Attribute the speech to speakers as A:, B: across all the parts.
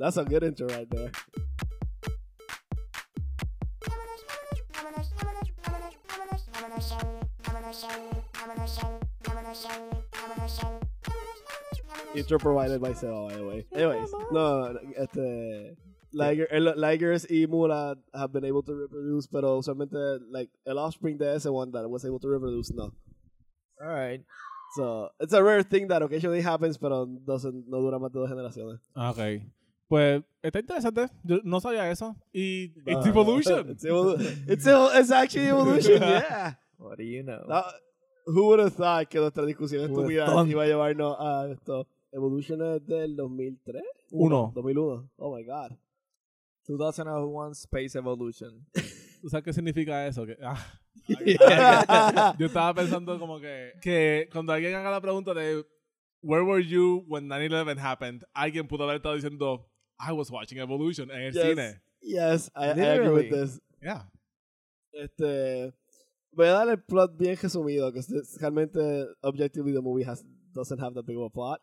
A: That's a good intro right there. Intro provided by Seba, by the way. Anyways, no, este, Liger, el- Ligers y Mula have been able to reproduce, pero usualmente, like, el offspring de ese one that was able to reproduce, no.
B: All right.
A: So, it's a rare thing that occasionally happens, pero doesn't, no dura más de dos generaciones.
C: Ah, Ok. Pues está interesante. Yo no sabía eso. Y. It's
A: Uh,
C: evolution.
A: It's, evolu- it's, evol- it's actually evolution, yeah.
B: What do you know?
A: No, who would have thought que nuestra discusión
B: Who would've
A: estúpida
B: thought?
A: iba a llevarnos a esto? Evolution es del 2003?
C: Uno.
A: 2001. Oh my god.
B: 2001 Space Evolution.
C: ¿Tú sabes qué significa eso? Que, ah,
A: Exacto.
C: yo estaba pensando como que, que cuando alguien haga la pregunta de Where were you when 9-11 happened? Alguien pudo haber estado diciendo I was watching Evolution en el
A: Yes.
C: cine.
A: yes, I, I agree
B: Literally.
A: with this.
C: Yeah.
A: Este, voy a dar el plot bien resumido, que es- realmente, objectively, the movie has, doesn't have that big of a plot.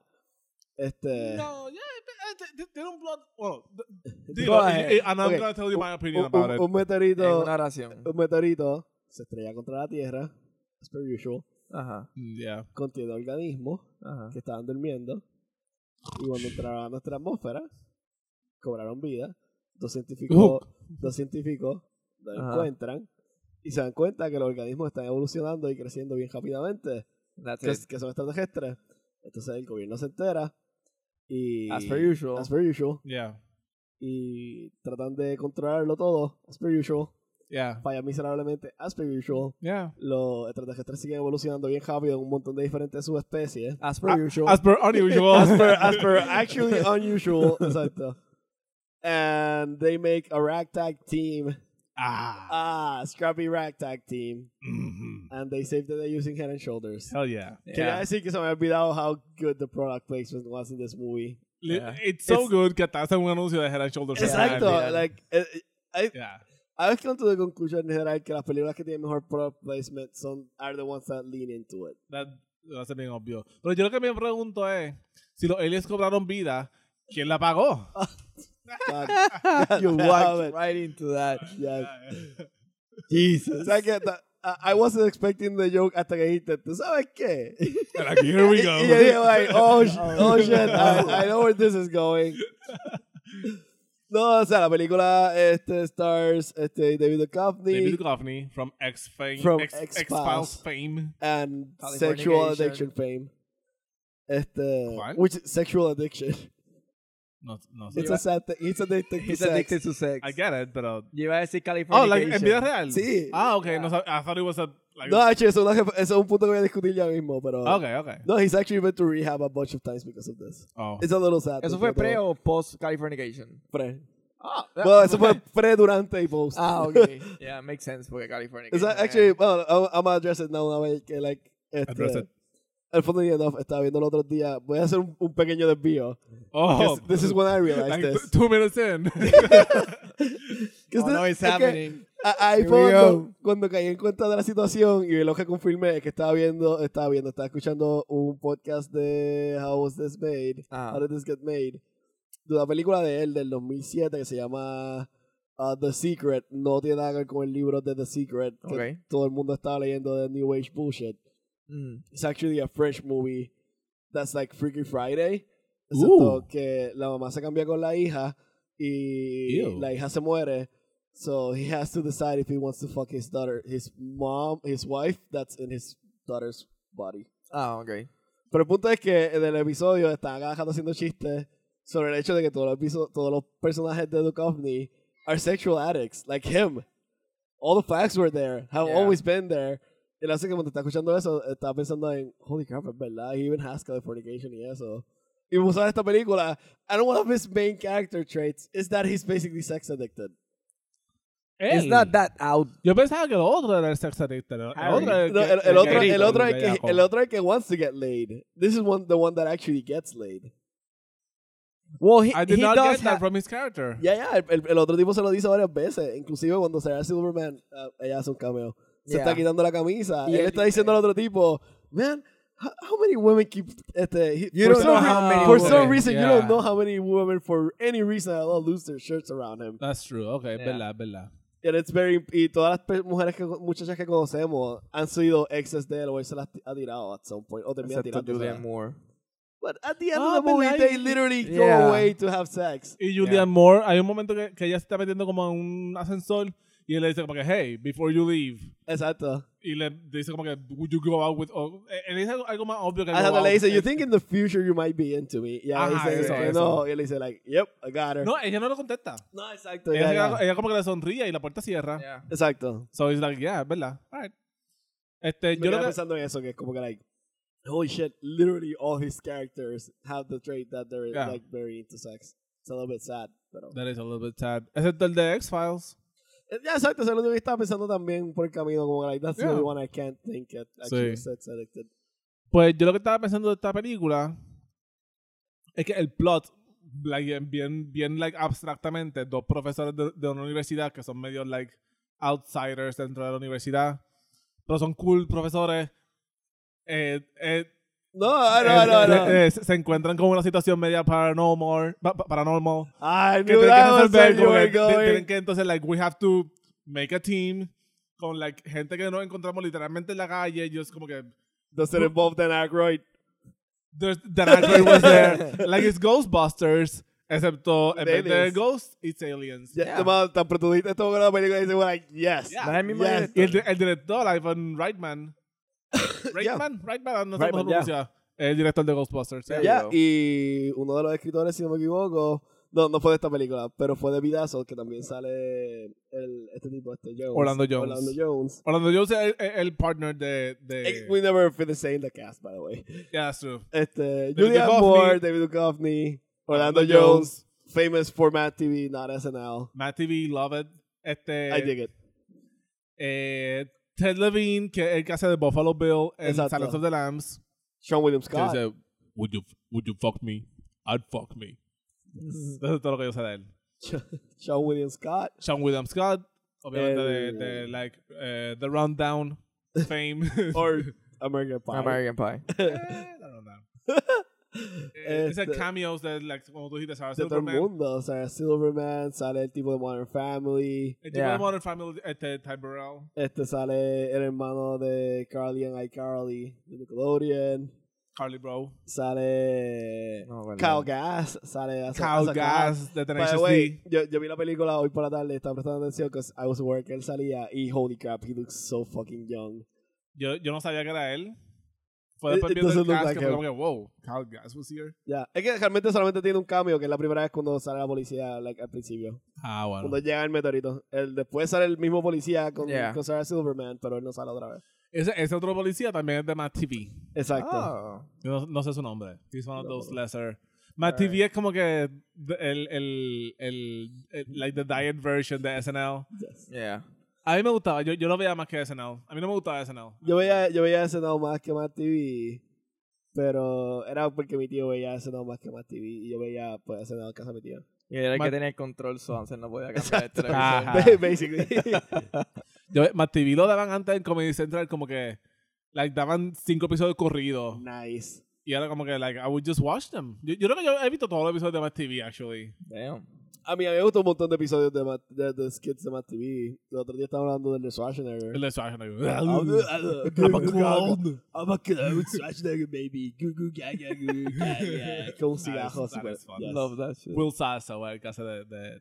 A: Este,
C: No, yeah, eh, t- t- tiene un plot. Well, d-
A: Go
C: digo,
A: ahead.
C: y- y- and I'm
A: Okay. Um,
C: gonna tell you my
A: un,
C: opinion about
A: un-
C: it.
A: un
B: En
A: meteorito,
B: una oración.
A: un meteorito se estrella contra la Tierra, as per usual,
B: Ajá,
C: Mm, Yeah.
A: contiene organismos
B: ajá.
A: que estaban durmiendo y cuando entraron a nuestra atmósfera cobraron vida. Dos científicos, dos científicos lo
B: Ajá.
A: encuentran y se dan cuenta que los organismos están evolucionando y creciendo bien rápidamente,
B: That's
A: que,
B: it.
A: que son extraterrestres. Entonces el gobierno se entera y
B: As per usual.
A: as per usual,
C: Yeah.
A: y tratan de controlarlo todo, as per usual,
C: Yeah.
A: fallan miserablemente, as per usual.
C: Yeah.
A: Los extraterrestres siguen evolucionando bien rápido en un montón de diferentes subespecies.
B: As per usual.
C: As per unusual.
A: as per, as per actually unusual. Exacto. And they make a ragtag team.
C: ah.
A: Ah, scrappy ragtag team.
C: Mhm.
A: And they save the day using head and shoulders.
C: Hell yeah.
A: Quería
B: Yeah.
A: decir que se me ha olvidado how good the product placement was in this movie.
C: Li-
B: Yeah.
C: It's so
A: It's-
C: good que hasta hacen un anuncio de Head and Shoulders.
B: Yeah,
A: Exacto.
B: yeah.
A: Like, eh, eh,
C: Yeah.
A: I was come to the conclusion en general que las películas que tienen mejor product placement son, are the ones that lean into it.
C: That, va a ser bien obvio. Pero yo lo que me pregunto es, si los aliens cobraron vida, ¿quién la pagó?
A: God,
B: you
A: Damn
B: walked
A: it.
B: right into that.
A: yes.
B: Jesus.
A: O sea que ta- I, I wasn't expecting the joke hasta que dijiste, ¿tú sabes qué?
C: And like, here we
A: Y-
C: go.
A: y yo dije, like, oh, sh- oh, shit, I, I know where this is going. No, o sea, la película este, stars este, David Duchovny
C: David Duchovny from X fame,
A: From
C: X,
A: X-Files.
C: X-Files fame.
A: and
B: Californication.
A: Sexual Addiction Fame. Este,
C: ¿Cuál?
A: which sexual addiction.
C: No, no sé.
A: It's a sad thing. It's addicted to
B: He's
A: sex.
B: addicted to sex.
C: I get it, pero
B: Yo iba a decir California.
C: oh, like en vida real.
A: Sí.
C: Ah, okay. No, sab- I thought it Ah, was a like.
A: No, actually, eso, no es- eso es un punto que voy a discutir ya mismo, pero...
C: okay, okay.
A: No, he's actually been to rehab a bunch of times because of this.
C: Oh,
A: It's a little sad.
B: ¿Eso
A: thing,
B: fue pre
A: pero-
B: o post Californication?
A: Pre.
B: Ah,
A: Bueno, eso fue pre, durante y post.
B: Ah, okay. yeah, makes sense porque Californication. eh.
A: It's like, actually, well, I'm, I'm gonna address it now una vez que, like, este,
C: Address it.
A: el fondo de enough estaba viendo el otro día. Voy a hacer un, un pequeño desvío.
C: oh.
A: 'Cause This is when I realized
C: like
A: this.
C: t- two minutes in.
A: 'Cause
B: Oh,
A: this-
B: no, it's
A: es que
B: happening.
A: a- ahí
B: Here
A: fue
B: we
A: cuando,
B: go.
A: cuando caí en cuenta de la situación y lo que confirmé es que estaba viendo, estaba viendo, estaba escuchando un podcast de How Was This Made,
B: Ah.
A: How Did This Get Made, de una película de él del 2007 que se llama uh, The Secret. No tiene nada que ver con el libro de The Secret que
B: Okay.
A: todo el mundo estaba leyendo de New Age Bullshit.
B: Mm.
A: it's actually a French movie that's like Freaky Friday.
C: Ooh.
A: Excepto que la mamá se cambia con la hija y
C: Ew.
A: la hija se muere. So he has to decide if he wants to fuck his daughter, his mom, his wife that's in his daughter's body.
B: Ah, okay.
A: Pero el punto es que en el episodio están agajando haciendo chistes sobre el hecho de que todos los, episo- todos los personajes de Duchovny are sexual addicts, like him. All the facts were there, have
B: Yeah.
A: always been there. Y la hace que cuando está escuchando eso, está pensando en, holy crap, es verdad, he even has Californication y eso. Y usar esta película, and one of his main character traits is that he's basically sex addicted.
B: It's not that out.
C: Yo pensaba que lo otro era el sex addict. El, el
B: Harry.
C: otro era
A: No, el, el
C: que-
A: otro,
C: que-
A: el, otro es que,
C: bellaco.
A: el otro es que wants to get laid. This is one, the one that actually gets laid.
B: Well, he,
C: I did
B: he
C: not
B: does
C: get that
B: ha-
C: from his character.
A: Ya, ya, el, el- el otro tipo se lo dice varias veces. Inclusive cuando Sarah Silverman, ah, ella hace un cameo. Se
B: Yeah.
A: está quitando la camisa.
B: Y
A: él
B: él
A: está
B: dice-
A: diciendo al otro tipo, man, How, how many women keep at the?
B: You
A: for
B: don't
A: some
B: know
A: re-
B: how many
A: For
B: women.
A: some reason, you
C: Yeah.
A: don't know how many women, for any reason, at all, lose their shirts around him.
C: That's true. Okay,
B: Yeah.
C: verdad, verdad.
A: And it's very, y todas las pe- mujeres que, muchachas que conocemos han sido exes de él o él se las ti- ha tirado at some point. O termina
B: Except to do
A: tirando.
B: them more.
A: But at the end
C: Ah,
A: of the
C: but
A: movie,
C: like-
A: they literally
B: pues Yeah.
A: go away to have sex.
C: Y Julian Moore, hay un momento que, que ella se está metiendo como en un ascensor y él le dice como que, hey, before you leave.
A: Exacto.
C: Y le dice como que, would you go out with... o- eh, él dice algo- algo más obvio que go
A: Hasta
C: out.
A: le dice, you
C: Eh,
A: think in the future you might be into me. Y ahí
C: Ajá,
A: dice,
B: eso,
A: que
C: eso.
A: no. Y él dice, like, yep, I got her.
C: No, eh, ella no lo contesta.
A: No, exacto.
C: ella,
A: ya,
C: se queda-
A: ya.
C: ella como que le sonríe y la puerta cierra.
A: Exacto.
C: So it's like, yeah, es verdad. All right. Este,
A: Me
C: eh, yo
A: yo
C: lo que...
A: pensando en eso, que es como que, like, holy shit, literally all his characters have the trait that they're,
C: Yeah.
A: like, very into sex. It's a little bit sad, pero... eh,
C: That is a little bit sad. Excepto el de X-Files.
A: Ya, exacto, eso es lo único que estaba pensando también por el camino, como, like, that's the
C: Yeah.
A: only one I can't think that actually
C: Sí.
A: sex addicted.
C: Pues yo lo que estaba pensando de esta película es que el plot, like, bien- bien, bien like, abstractamente, dos profesores de, de una universidad que son medio like outsiders dentro de la universidad, pero son cool profesores, eh, eh,
A: No, ah, no, no,
C: eh,
A: no.
C: eh, se se encuentran con una situación media paranormal, pa- pa- paranormal
A: I
C: que
A: knew
C: tienen que
A: that was where
C: resolver,
A: you
C: como
A: were
C: que ti- tienen
A: going.
C: que entonces like we have to make a team con like gente que nos encontramos literalmente en la calle, ellos como que
A: Does it involve Dan Aykroyd?
C: there's, that actor was there. Like it's Ghostbusters, excepto en vez de
A: Aliens.
C: Ghosts, it's Aliens.
A: Ya,
B: Yeah.
A: tomado, tan pronto dijiste esto con la película y dice, well, like, yes.
C: Yeah.
B: La misma
A: Yes.
C: Y el, di- el director, Ivan Reitman. Reitman, Reitman, no sé cómo
B: Reitman,
C: se
B: yeah.
C: pronuncia. El director de Ghostbusters. Eh,
B: Yeah.
C: yeah.
A: Ya,
B: Pero-
A: y uno de los escritores, si no me equivoco, no, no fue de esta película, pero fue de Vidazo, que también sale el, este tipo, este Jones.
C: Orlando Jones.
A: Orlando Jones.
C: Orlando Jones es el, el- el partner de...
A: Eh,
C: de
A: We never finished saying the cast, by the way.
C: yeah, that's true.
A: Este,
C: David
A: Julia
C: Duchovny.
A: Moore, David Duchovny, Orlando Jones, famous for Mad TV, not SNL.
C: Matt TV, love it. Este,
A: I dig it.
C: eh, Ted Levine, que es el que hace de Buffalo Bill en
A: Exacto.
C: Silence of the Lambs.
A: Sean William
C: que
A: Scott.
C: dice, would you, would you fuck me? I'd fuck me. Eso es todo lo que yo sé de él.
A: Sean William Scott.
C: Sean William Scott, obviamente de,
A: El-
C: de, like eh, The Rundown fame.
A: Or American Pie.
B: American Pie.
C: Eh, la Rundown. Eh, Esas
A: Este-
C: cameos de like, como tú dijiste, Sarah
A: de todo el
C: Silverman.
A: mundo. Sale Silverman, sale el tipo de Modern Family.
C: El tipo
B: Yeah.
C: de Eh, Modern Family, este Ty Burrell.
A: Este sale el hermano de Carly and iCarly de Nickelodeon.
C: Carly Bro,
A: Sale
B: No, verdad.
A: Cow Gas. Sale
C: Cow Gas de
A: By the
C: Tenacious
A: way,
C: D.
A: yo, yo vi la película hoy por la tarde, estaba prestando atención because I was at work, él salía y holy crap, he looks so fucking young.
C: Yo, yo no sabía que era él. Fue
A: It-
C: después
A: it
C: viendo el
A: doesn't look
C: cast
A: like
C: que fue
A: him.
C: como que, wow, Cow Gas was here.
A: Ya, es que realmente solamente tiene un cambio, que es la primera vez cuando sale la policía like, al principio.
C: Ah, bueno.
A: Cuando llega el meteorito. Él, después sale el mismo policía con,
B: Yeah.
A: con Sarah Silverman, pero él no sale otra vez.
C: Ese, ese otro policía también es de Matt TV.
A: Exacto.
B: Oh.
C: Yo No, no sé su nombre. He's one of those
A: No.
C: lesser. Matt
B: Alright.
C: TV es como que de- el, el, el, el- like the diet version de SNL.
A: Yes.
B: Yeah.
C: A mí me gustaba, yo, yo lo veía más que SNL. A mí no me gustaba SNL.
A: Yo veía, yo veía ese no más que más TV, pero era porque mi tío veía ese no más que más TV y yo veía pues ese no en casa de mi tío.
B: Y era
C: Ma-
B: que tenía el control, so Ansel no podía cambiar el televisor.
C: Ajá.
A: Basically.
C: Yo, ve- Matt TV lo daban antes en Comedy Central como que like daban cinco episodios corridos
A: nice.
C: y ahora como que like I would just watch them. Yo, yo creo que yo he visto todos los episodios de Matt TV actually.
B: Damn.
A: A mí a mí me gustó un montón de episodios de, Matt- de, de skits de Matt TV. El otro día estaba hablando del de
C: El
A: Schwarzenegger.
C: de Schwarzenegger.
A: Ah, I'm
C: clown.
A: I'm a clown, Schwarzenegger, baby. Goo, goo, gaga, goo, gaga. Con un cigajo.
C: is- that
A: super-
C: is fun.
A: yes.
B: Love that shit.
C: Will Sasso, el que hace de, de,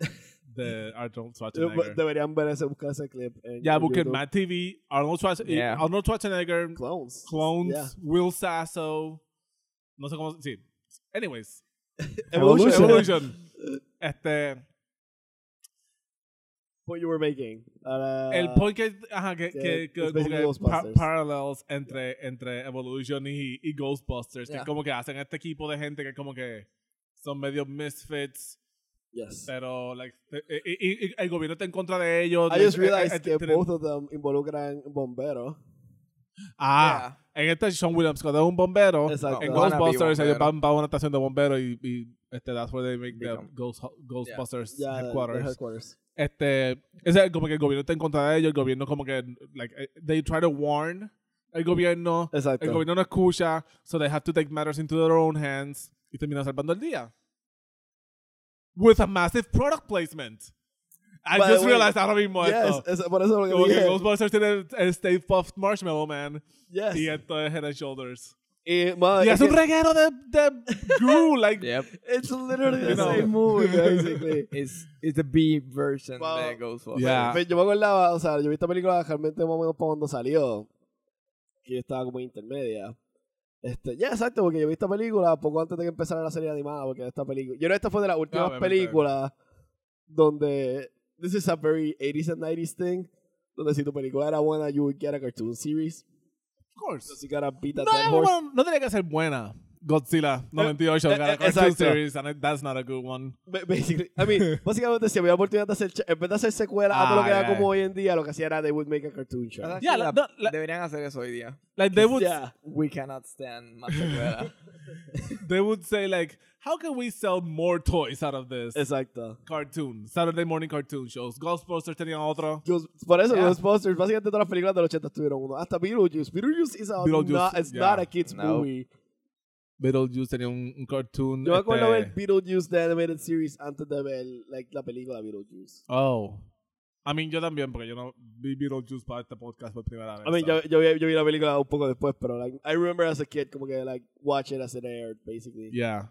C: de Arnold Schwarzenegger.
A: pues, Deberían ver ese, buscar ese clip. en-
C: Ya
A: en
C: busquen
A: YouTube.
C: Matt TV, Arnold Schwarzenegger,
B: Yeah.
C: Arnold Schwarzenegger
A: Clones.
C: Clones,
A: Yeah.
C: Will Sasso, no sé cómo, sí. Anyways,
A: Evolution.
C: Evolution. Este,
A: What you were making. Ahora-
C: el podcast, ajá, que,
A: Ah, que
C: que, que
A: es
C: como
A: basically
C: que
A: Ghostbusters.
C: pa- parallels entre, entre Evolution y, y Ghostbusters, que
A: Yeah.
C: es como que hacen este equipo de gente que es como que son medio misfits,
A: Yes.
C: pero like, eh, y, y- y el gobierno está en contra de ellos.
A: I just
C: Eh, eh,
A: realized
C: eh,
A: que
C: tienen-
A: both of them involucran bomberos.
C: Ah, en este Sean Williams cuando es un bombero.
A: Exacto.
C: En
B: No, wanna be
C: Ghostbusters ellos
B: bombero.
C: van, van a una estación de bomberos y, y, este, that's where they make the
B: Become-
C: Ghost, Ghostbusters
A: Yeah, the- the
C: headquarters.
A: headquarters.
C: Este, ese es como que el gobierno está en contra de ellos, el gobierno como que, like, eh, they try to warn el gobierno.
A: Exacto.
C: El gobierno no escucha, so they have to take matters into their own hands y terminan salvando el día. With a massive product placement. I
A: By the
C: just
A: way,
C: realized ahora mismo
A: Yes, Oh,
C: esto.
A: eso- por eso lo que
C: Como que
A: dije.
C: Ghostbusters tiene el, el Stay Puft Marshmallow Man
A: Yes.
C: y esto es Head and Shoulders.
A: Y, mano,
C: Y
A: Uh, es
C: es un
A: que-
C: reguero de, de goo, like,
B: Yep.
A: It's literally the
C: You know.
A: same movie, basically.
B: It's, it's the B version
A: Wow.
B: de Ghostbusters.
C: Yeah.
A: Pero Pues, yo me acordaba, o sea, yo vi esta película realmente más o menos para cuando salió. Que yo estaba como intermedia. Este, ya, exacto, porque yo vi esta película poco antes de que empezara la serie animada, porque esta película... Yo creo que esta fue de las últimas
C: Ah, obviamente.
A: películas donde... This is a very 80s and 90s thing. Donde si tu película era buena, you would get a cartoon series.
C: of course.
A: So you gotta beat that
C: No,
A: dead horse.
C: bueno, no tenía que ser buena. Godzilla 98,
A: eh,
C: got a
A: eh,
C: cartoon
A: exacto.
C: series, and that's not a good one.
A: Ba- Basically, I mean, básicamente si había oportunidad de hacer, cha- en vez de hacer secuela a todo lo que
C: Ah,
A: era
C: yeah.
A: como hoy en día, lo que hacía era they would make a cartoon show.
B: Verdad
C: Yeah,
B: que
C: la-
B: la-
C: no, la-
B: Deberían hacer eso hoy día.
C: Like, they would,
A: Yeah.
B: We cannot stand más secuela.
C: they would say, like, how can we sell more toys out of this?
A: Exacto.
C: cartoon, Saturday morning cartoon shows. Ghostbusters tenían otro.
A: Ghost- Por eso
B: Yeah.
A: Ghostbusters, básicamente todas las películas de los 80 tuvieron uno. Hasta Beetlejuice. Beetlejuice is a,
C: Beetlejuice,
A: not, it's
C: yeah.
A: not a kid's
B: No.
A: movie.
C: Beetlejuice tenía un, un cartoon.
A: Yo me acuerdo
C: este-
A: ver Beetlejuice The Animated Series antes de ver like, la película Beetlejuice.
C: Oh. I mean, yo también, porque yo no vi Beetlejuice para este podcast por primera vez.
A: I mean,
C: so.
A: yo, yo, vi, yo vi la película un poco después, pero like, I remember as a kid como que like watch it as it aired, basically.
C: Yeah.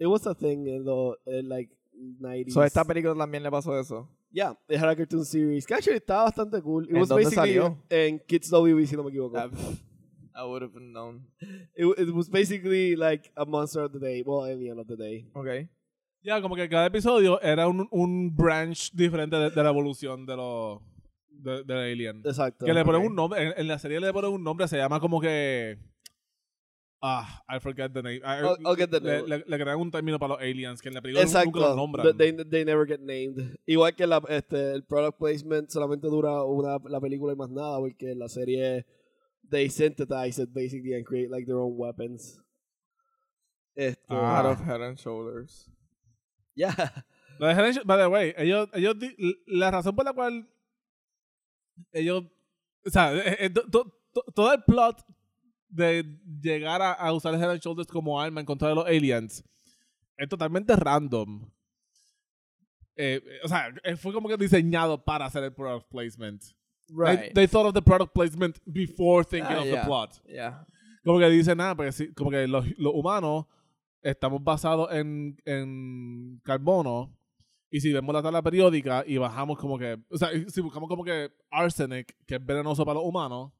A: It was a thing in the in, like 90s.
B: so, a esta película también le pasó eso.
A: Yeah, it had a cartoon series que actually estaba bastante cool. It
B: ¿En
A: was
B: dónde
A: basically
B: salió? Ah.
A: en Kids WB si no me equivoco.
B: I, I would have known.
A: It, it was basically like a monster of the day, well, alien of the day.
B: Ok.
C: Ya, como que cada episodio era un, un branch diferente de, de la evolución de los de, de Alien.
A: Exacto.
C: Que le ponen
B: ok.
C: un nombre, en, en la serie le ponen un nombre, se llama como que... Ah, I forget the name. I-
A: I'll- I'll get Oh, the
C: le,
A: name.
C: le- le crean un término para los aliens, que en la película
A: Exacto.
C: nunca lo nombran.
A: They, they- they never get named. Igual que la, este, el product placement solamente dura una, la película y más nada, porque la serie they synthesize it basically and create like their own weapons. Este,
C: Ah.
B: Out of Head and Shoulders.
A: yeah.
C: Lo de Helen Sh- by the way, ellos, ellos di- l- la razón por la cual ellos, o sea, eh, eh, to- to- to- todo el plot de llegar a, a usar Head and Shoulders como arma en contra de los aliens es totalmente random. Eh, eh, o sea, eh, fue como que diseñado para hacer el product placement. They- They, thought of the product placement before thinking
B: Ah,
C: of
B: yeah.
C: the plot.
B: yeah.
C: Como que dicen, nada, porque si- como que los, los humanos estamos basados en, en carbono. Y si vemos la tabla periódica y bajamos como que. O sea, si buscamos como que arsenic, que es venenoso para los humanos,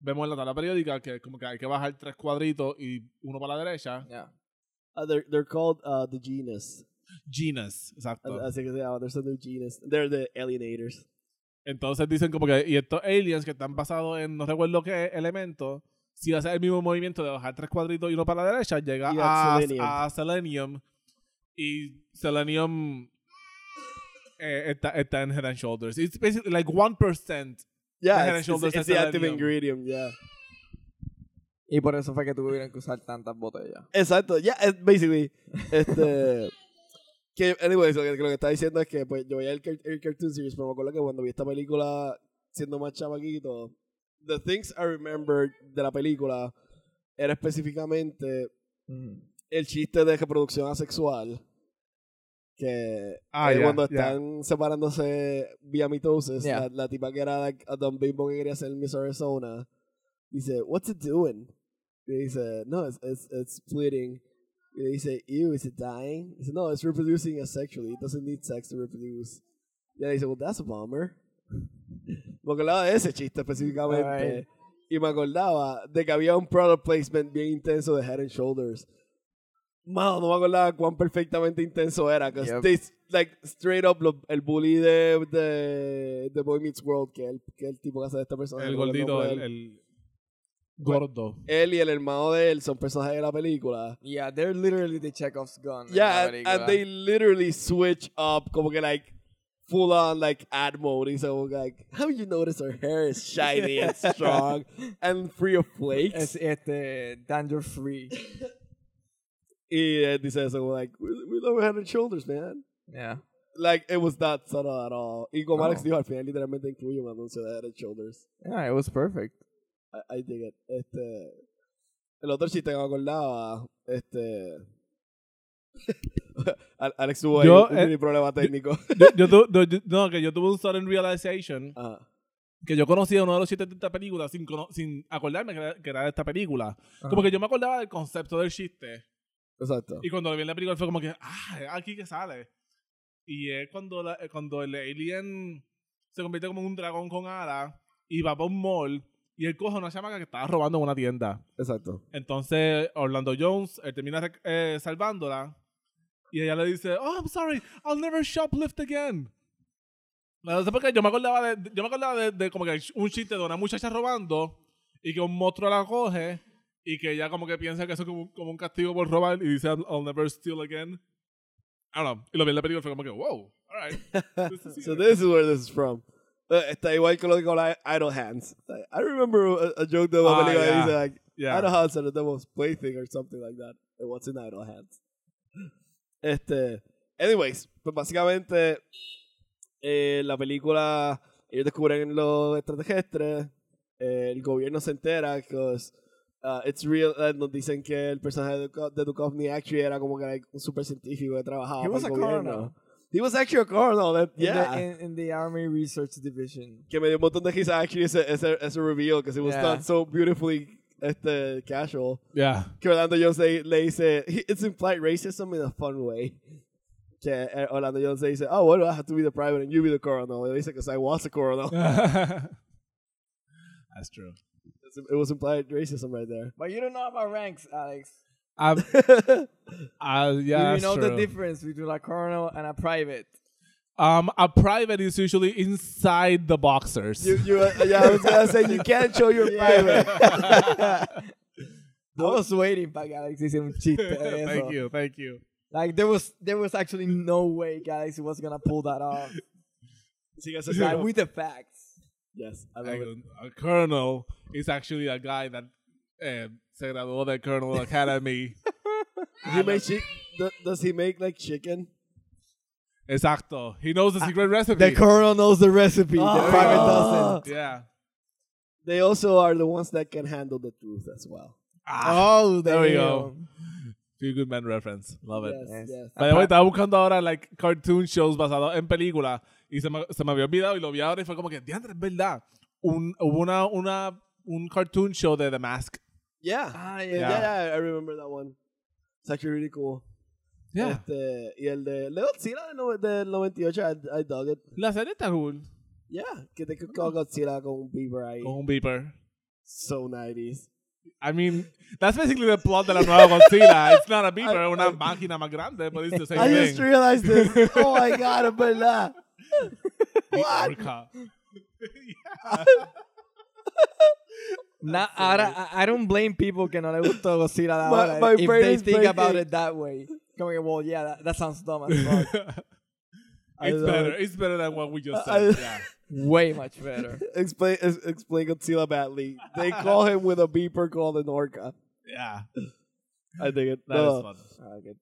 C: vemos en la tabla periódica que como que hay que bajar tres cuadritos y uno para la derecha.
B: Yeah.
A: Uh, they're, they're called uh, the genus.
C: Genus, exacto.
A: Así que se llama, There's a new genus. They're the alienators.
C: Entonces dicen como que. Y estos aliens que están basados en no recuerdo qué elemento, si haces el mismo movimiento de bajar tres cuadritos y uno para la derecha, llega
A: Y
C: a,
A: a Selenium.
C: a Selenium. Y Selenium eh, está, está en Head and Shoulders. It's basically like 1%. The head
A: Yeah,
C: and
A: it's,
C: shoulders
A: it's, it's
C: is
A: the active
C: selenium.
A: ingredient, yeah.
B: Y por eso fue que tuvieron que usar tantas botellas.
A: Exacto, ya, es basically. Este. que, anyways, lo que, lo que está diciendo es que pues, yo veía el, car- el Cartoon Series, pero me acuerdo que cuando vi esta película siendo más chamaquito, the things I remembered de la película era específicamente
B: Mm-hmm.
A: el chiste de reproducción asexual. Que
C: Ah,
A: eh,
C: ya,
A: cuando
C: ya.
A: están separándose vía mitosis,
B: Ya.
A: la, la tipa que era like, a Don Bimbo que quería ser Miss Arizona, dice, What's it doing? Y dice, No, it's, it's, it's splitting. Y le dice, Ew, is it dying? Dice, No, it's reproducing asexually. It doesn't need sex to reproduce. Y ella dice, Well, that's a bummer. me acordaba de ese chiste específicamente.
B: Right.
A: Y me acordaba de que había un product placement bien intenso de Head and Shoulders. Mano, no me acordaba cuán perfectamente intenso era. Cause
B: Yep.
A: they, like, straight up, lo- el bully de, de, de Boy Meets World, que es el, que es el tipo que hace de esta persona. no
C: El
A: recuerdo
C: gordito,
A: nombre
C: el,
A: de él.
C: el gordo.
A: Él y el hermano de él son personajes de la película.
B: Yeah, they're literally the Chekhov's gun. en la
A: Yeah, and,
B: película.
A: and they literally switch up, como que, like, full on, like, ad mode. Y se como que, like, how you notice her hair is shiny and strong and free of flakes.
B: Es este. uh, Danger free.
A: y él dice eso, como, like, we, we love head and shoulders, man.
B: Yeah.
A: Like, it was not subtle at all. Y como
B: No.
A: Alex dijo, al final literalmente incluye un anuncio de Head and Shoulders.
B: Yeah, it was perfect.
A: I, I dig it. Este, el otro chiste que me acordaba, este... Al- Alex tuvo ahí
C: Yo,
A: un
C: eh,
A: mini problema técnico.
C: Yo, yo tu- no, yo- no, que yo tuve un sudden realization
A: Ajá.
C: que yo conocía uno de los chistes de esta película sin, cono- sin acordarme que era, que era de esta película.
B: Ajá.
C: Como que yo me acordaba del concepto del chiste.
A: Exacto.
C: Y cuando lo vi en la película fue como que, ah, es aquí que sale. Y es cuando, la- eh, cuando el alien se convierte como en un dragón con alas y va para un mall y él coge una chamaca que estaba robando en una tienda.
A: Exacto.
C: Entonces Orlando Jones, él termina rec- eh, salvándola y ella le dice, oh, I'm sorry, I'll never shoplift again. No sé por qué, yo me acordaba de, de- yo me acordaba de, de como que un chiste de una muchacha robando y que un monstruo la coge y que ella como que piensa que eso es como, un- como un castigo por robar y dice, I'll never steal again. I don't know. Y lo vi en la película y fue como que, wow, alright.
A: So this is where this is from. Uh, está igual que lo que hablaba Idle Hands. Like, I remember a, a joke de una
C: Ah,
A: película que
C: yeah.
A: dice like,
C: Yeah.
A: Idle Hands are the devil's plaything or something like that. And what's in Idle Hands? Este, anyways, pues básicamente eh, la película ellos descubren los extraterrestres, eh, el gobierno se entera que it's real, eh, nos dicen que el personaje de, Duko- de Duchovny actually era como que like, un super científico que trabajaba
B: He was
A: para
B: a
A: el gobierno.
B: colonel.
A: He was actually a colonel. that-
B: In the-
A: yeah.
B: in, in the Army Research Division.
A: que me dio un montón de risa actually ese, ese, ese reveal because it was
B: Yeah.
A: done so beautifully este, casual
C: Yeah.
A: que Orlando Jones le, le dice "He- it's implied racism in a fun way que eh, Orlando Jones le dice oh well I have to be the private and you be the colonel y le dice because I was a colonel
C: That's true.
A: It's- it was implied racism right there
B: But you don't know about ranks, Alex.
C: I've, I, Ah, yeah,
B: you
C: that's
B: know
C: true.
B: the difference between a colonel and a private.
C: Um, a private is usually inside the boxers.
A: you, you, uh, yeah I was gonna say you can't show your private
B: I was waiting para que Alex hiciera un chiste de eso.
C: thank you, thank you.
B: Like there was there was actually no way Galaxy was gonna pull that off.
A: Sigue ese
B: like
A: cero.
B: with the facts.
A: yes I love
C: Like,
A: it
C: a colonel is actually a guy that eh, se graduó de Colonel Academy.
A: he make chi- do- does he make like chicken
C: Exacto. He knows the secret recipe.
B: The colonel knows the recipe.
A: Ah.
B: the private doesn't.
C: yeah.
A: they also are the ones that can handle the truth as well
C: Ah,
B: Oh,
C: there we
B: damn.
C: go. Feel Good Man reference. Love it.
A: yes
B: Yes.
A: yes
C: By the way, estaba buscando ahora like cartoon shows basados en películas y se me, se me había olvidado y lo vi ahora y fue como que, diantre, es verdad. Un, hubo una, una, un cartoon show de The Mask.
A: yeah
B: Ah,
A: Yeah,
B: yeah.
C: Yeah.
A: yeah, I remember that one. It's actually really cool.
C: Yeah.
A: Este, y el de Leo Godzilla del no- del 98, I, I dug it.
C: La serie está cool.
A: Yeah, que they could
C: Mm.
A: call Godzilla con un beaver ahí.
C: Con un beeper.
A: So 90s.
C: I mean, that's basically the plot de la nueva Godzilla. It's not a beaver, es una máquina más grande, but it's the same
A: I just
C: thing.
A: realized this. oh my god, es verdad.
C: The
A: What?
C: orca.
B: Nah, ahora, I, I don't blame people que no le gustó Godzilla de
A: My-
B: ahora.
A: my
B: if
A: brain
B: they
A: is
B: think about
A: breaking.
B: it that way. Como que, well, yeah, that, that sounds dumb as fuck.
A: I
C: it's
A: love
C: better.
A: it.
C: It's better than what we just
A: I-
C: said. yeah.
B: way much better.
A: Explain, es- explain Godzilla badly. They call him with a beeper called an orca.
C: Yeah.
A: I think it.
C: That
A: no.
C: is fun.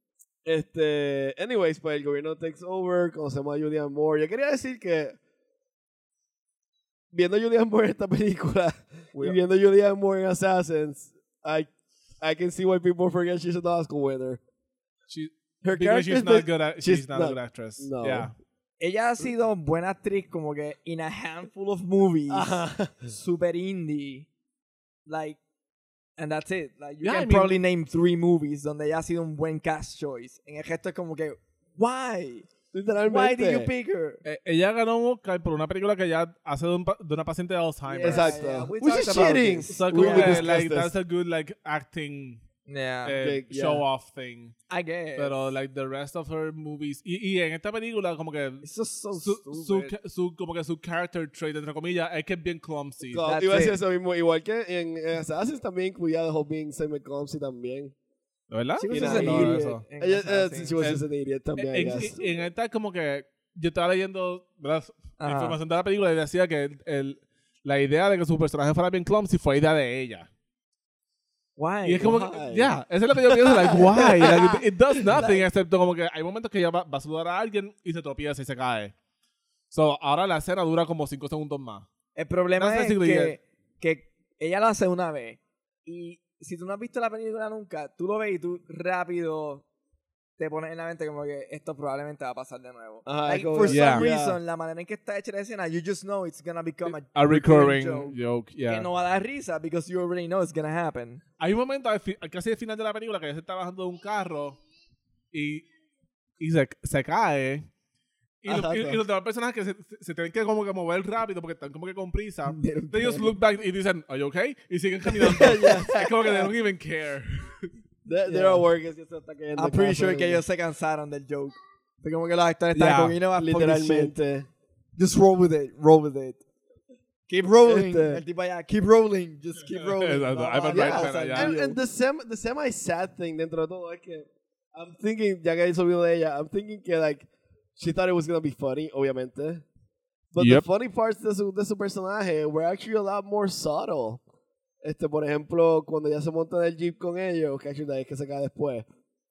A: Este, anyways, pues el gobierno takes over, conocemos a Julian Moore. Yo quería decir que viendo a Julian Moore en esta película y
B: We-
A: viendo a Julian Moore en Assassins, I I can see why people forget she's an Oscar winner.
C: She,
A: Her
C: because she's
A: character's
C: not
A: been-
C: good at, she's,
A: she's
C: not,
A: not-
C: a good actress.
A: no.
C: Yeah.
B: Ella ha sido buena actriz como que in a handful of movies.
A: Ajá.
B: super indie. Like, and that's it. Like, you
C: Yeah,
B: can
C: I mean-
B: probably name three movies donde ya ha sido un buen cast choice. En el resto es como que, why?
A: Literalmente.
B: Why did you pick her?
C: Eh, ella ganó un Oscar por una película que ella hace de, un pa- de una paciente de Alzheimer.
A: Exacto.
B: we
A: Which
B: talked
A: is
B: about
A: cheating.
B: this.
C: So,
A: We-
C: como
A: we
C: que,
A: discussed
C: like,
A: this.
C: that's a good, like, acting
B: Yeah,
C: eh,
A: Big, yeah.
C: show off thing.
B: I guess.
C: Pero, like, the rest of her movies. Y, y en esta película, como que
B: It's just so
C: su, su,
B: stupid.
C: ca- su- como que su character trait, entre comillas, es que es bien clumsy.
A: No,
B: That's
A: iba a decir
B: it.
A: eso mismo, igual que en, en Assassins también incluía the whole being Sam McCompsey también.
C: ¿De ¿Verdad?
B: She was
A: Y
B: just
A: nada,
B: an
A: no,
B: idiot
C: eso.
B: en
A: Ella,
B: esa
A: eh,
B: scene.
A: she was
C: Eh,
A: just an idiot también, I
C: en,
A: guess.
C: en esta, como que yo estaba leyendo ¿verdad?
B: Ajá.
C: información de la película y decía que el- el- la idea de que su personaje fuera bien clumsy fue idea de ella.
B: Why?
C: Y es como, que,
A: Why?
C: yeah, eso es lo que yo pienso, like, why? Like, it, it does nothing, excepto como que hay momentos que ella va, va a saludar a alguien y se tropieza y se cae. So, ahora la escena dura como 5 segundos más.
B: El problema
C: That's
B: es
C: basically
B: que, que ella lo hace una vez. Y si tú no has visto la película nunca, tú lo ves y tú rápido te pones en la mente como que esto probablemente va a pasar de nuevo.
A: Ajá,
B: Like,
A: como
B: for
A: que-
C: Yeah.
B: some
A: Yeah.
B: reason, la manera en que está hecha la escena, you just know it's gonna become a,
C: A recurring
B: joke.
C: joke, yeah.
B: Que no va a dar risa because you already know it's gonna happen.
C: Hay un momento al fi- al casi al final de la película que ella se está bajando de un carro y, y se, se cae. Y, los-
A: Ajá,
C: y-
A: sí.
C: y los demás personajes que se, se- se tienen que como que mover rápido porque están como que con prisa.
B: They don't
C: They just
B: care.
C: look back y dicen, ¿Are you okay? Y siguen caminando. Es como que they don't even care.
A: There, there
B: Yeah.
A: are workers que se están cayendo.
B: I'm
A: de
B: pretty
A: casa
B: sure
A: y-
B: que ellos se cansaron del joke. Fue como que los actores estaban
C: Yeah,
B: como, you know what, fuck this shit.
A: Literalmente.
B: Just roll with it, roll with it. Keep rolling.
A: Este-
B: El tipo allá, keep rolling, just keep rolling.
C: Exacto,
B: Bla,
C: I'm
B: bla,
C: a
B: bla.
C: right
A: Yeah,
C: fan allá.
A: and, and the, sem the semi sad thing dentro de todo es que I'm thinking, ya que hizo video de ella, I'm thinking que like she thought it was gonna be funny, obviamente. But
C: Yep.
A: the funny parts de su, de su personaje were actually a lot more subtle. Este, por ejemplo, cuando ella se monta en el jeep con ellos, que actually like, que se cae después.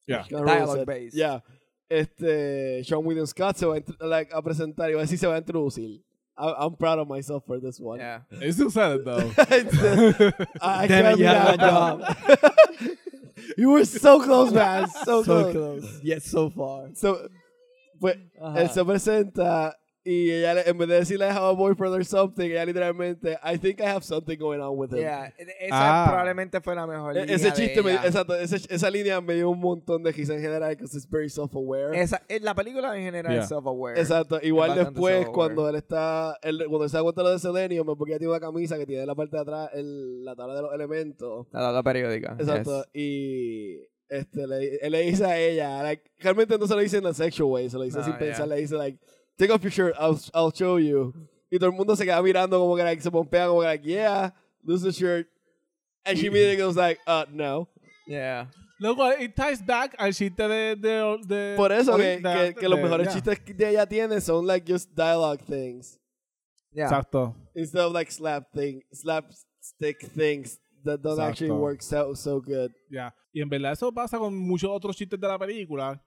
C: Yeah.
A: Kinda ruins
B: Dialogue
A: it.
B: based.
A: Yeah. Este, Sean William Scott se va a, intro- like, a presentar y va a decir se va a introducir. I- I'm proud of myself for this one.
B: Yeah.
C: They still said it though.
A: It's- I
B: Damn
A: can't
B: it, you had
A: believe
B: my
A: you were so close, man. So,
B: So
A: close.
B: close. Yes, so far.
A: So, pues,
B: Ajá.
A: él se presenta y ella, le- en vez de decirle I have a boyfriend or something, ella literalmente, I think I have something going on with him.
B: Yeah, e- esa
C: Ah.
B: probablemente fue la mejor.
A: E-
B: línea
A: Ese
B: de
A: chiste, me,
B: ella.
A: exacto, ese- esa línea me dio un montón de risa en general because it's very self-aware.
B: Esa- eh, la película en general
C: Yeah.
B: es self-aware.
A: Exacto, igual
B: bastante
A: después
B: self-aware.
A: cuando él está, él, cuando él se da cuenta de lo de Selenium, es porque ella tiene una camisa que tiene en la parte de atrás el- la tabla de los elementos.
B: La tabla periódica.
A: Exacto.
B: yes.
A: Y este, le, él le dice a ella, like, realmente no se lo dice en a sexual way, se lo dice
B: No,
A: sin pensar,
B: yeah.
A: le dice, like, take off your shirt, I'll, I'll show you. Y todo el mundo se queda mirando como que like, se pompea, como que like, yeah, lose the shirt. And she immediately goes like, uh, no.
B: Yeah.
C: Luego, it ties back al chiste de... de, de
A: Por eso que,
C: de-
A: que, que los
C: de-
A: mejores
C: yeah.
A: chistes que ella tiene son like just dialogue things.
B: Yeah.
C: Exacto.
A: Instead of like slap thing, slapstick things that don't actually
C: Exacto.
A: work so, so good.
C: Ya. Y en verdad eso pasa con muchos otros chistes de la película,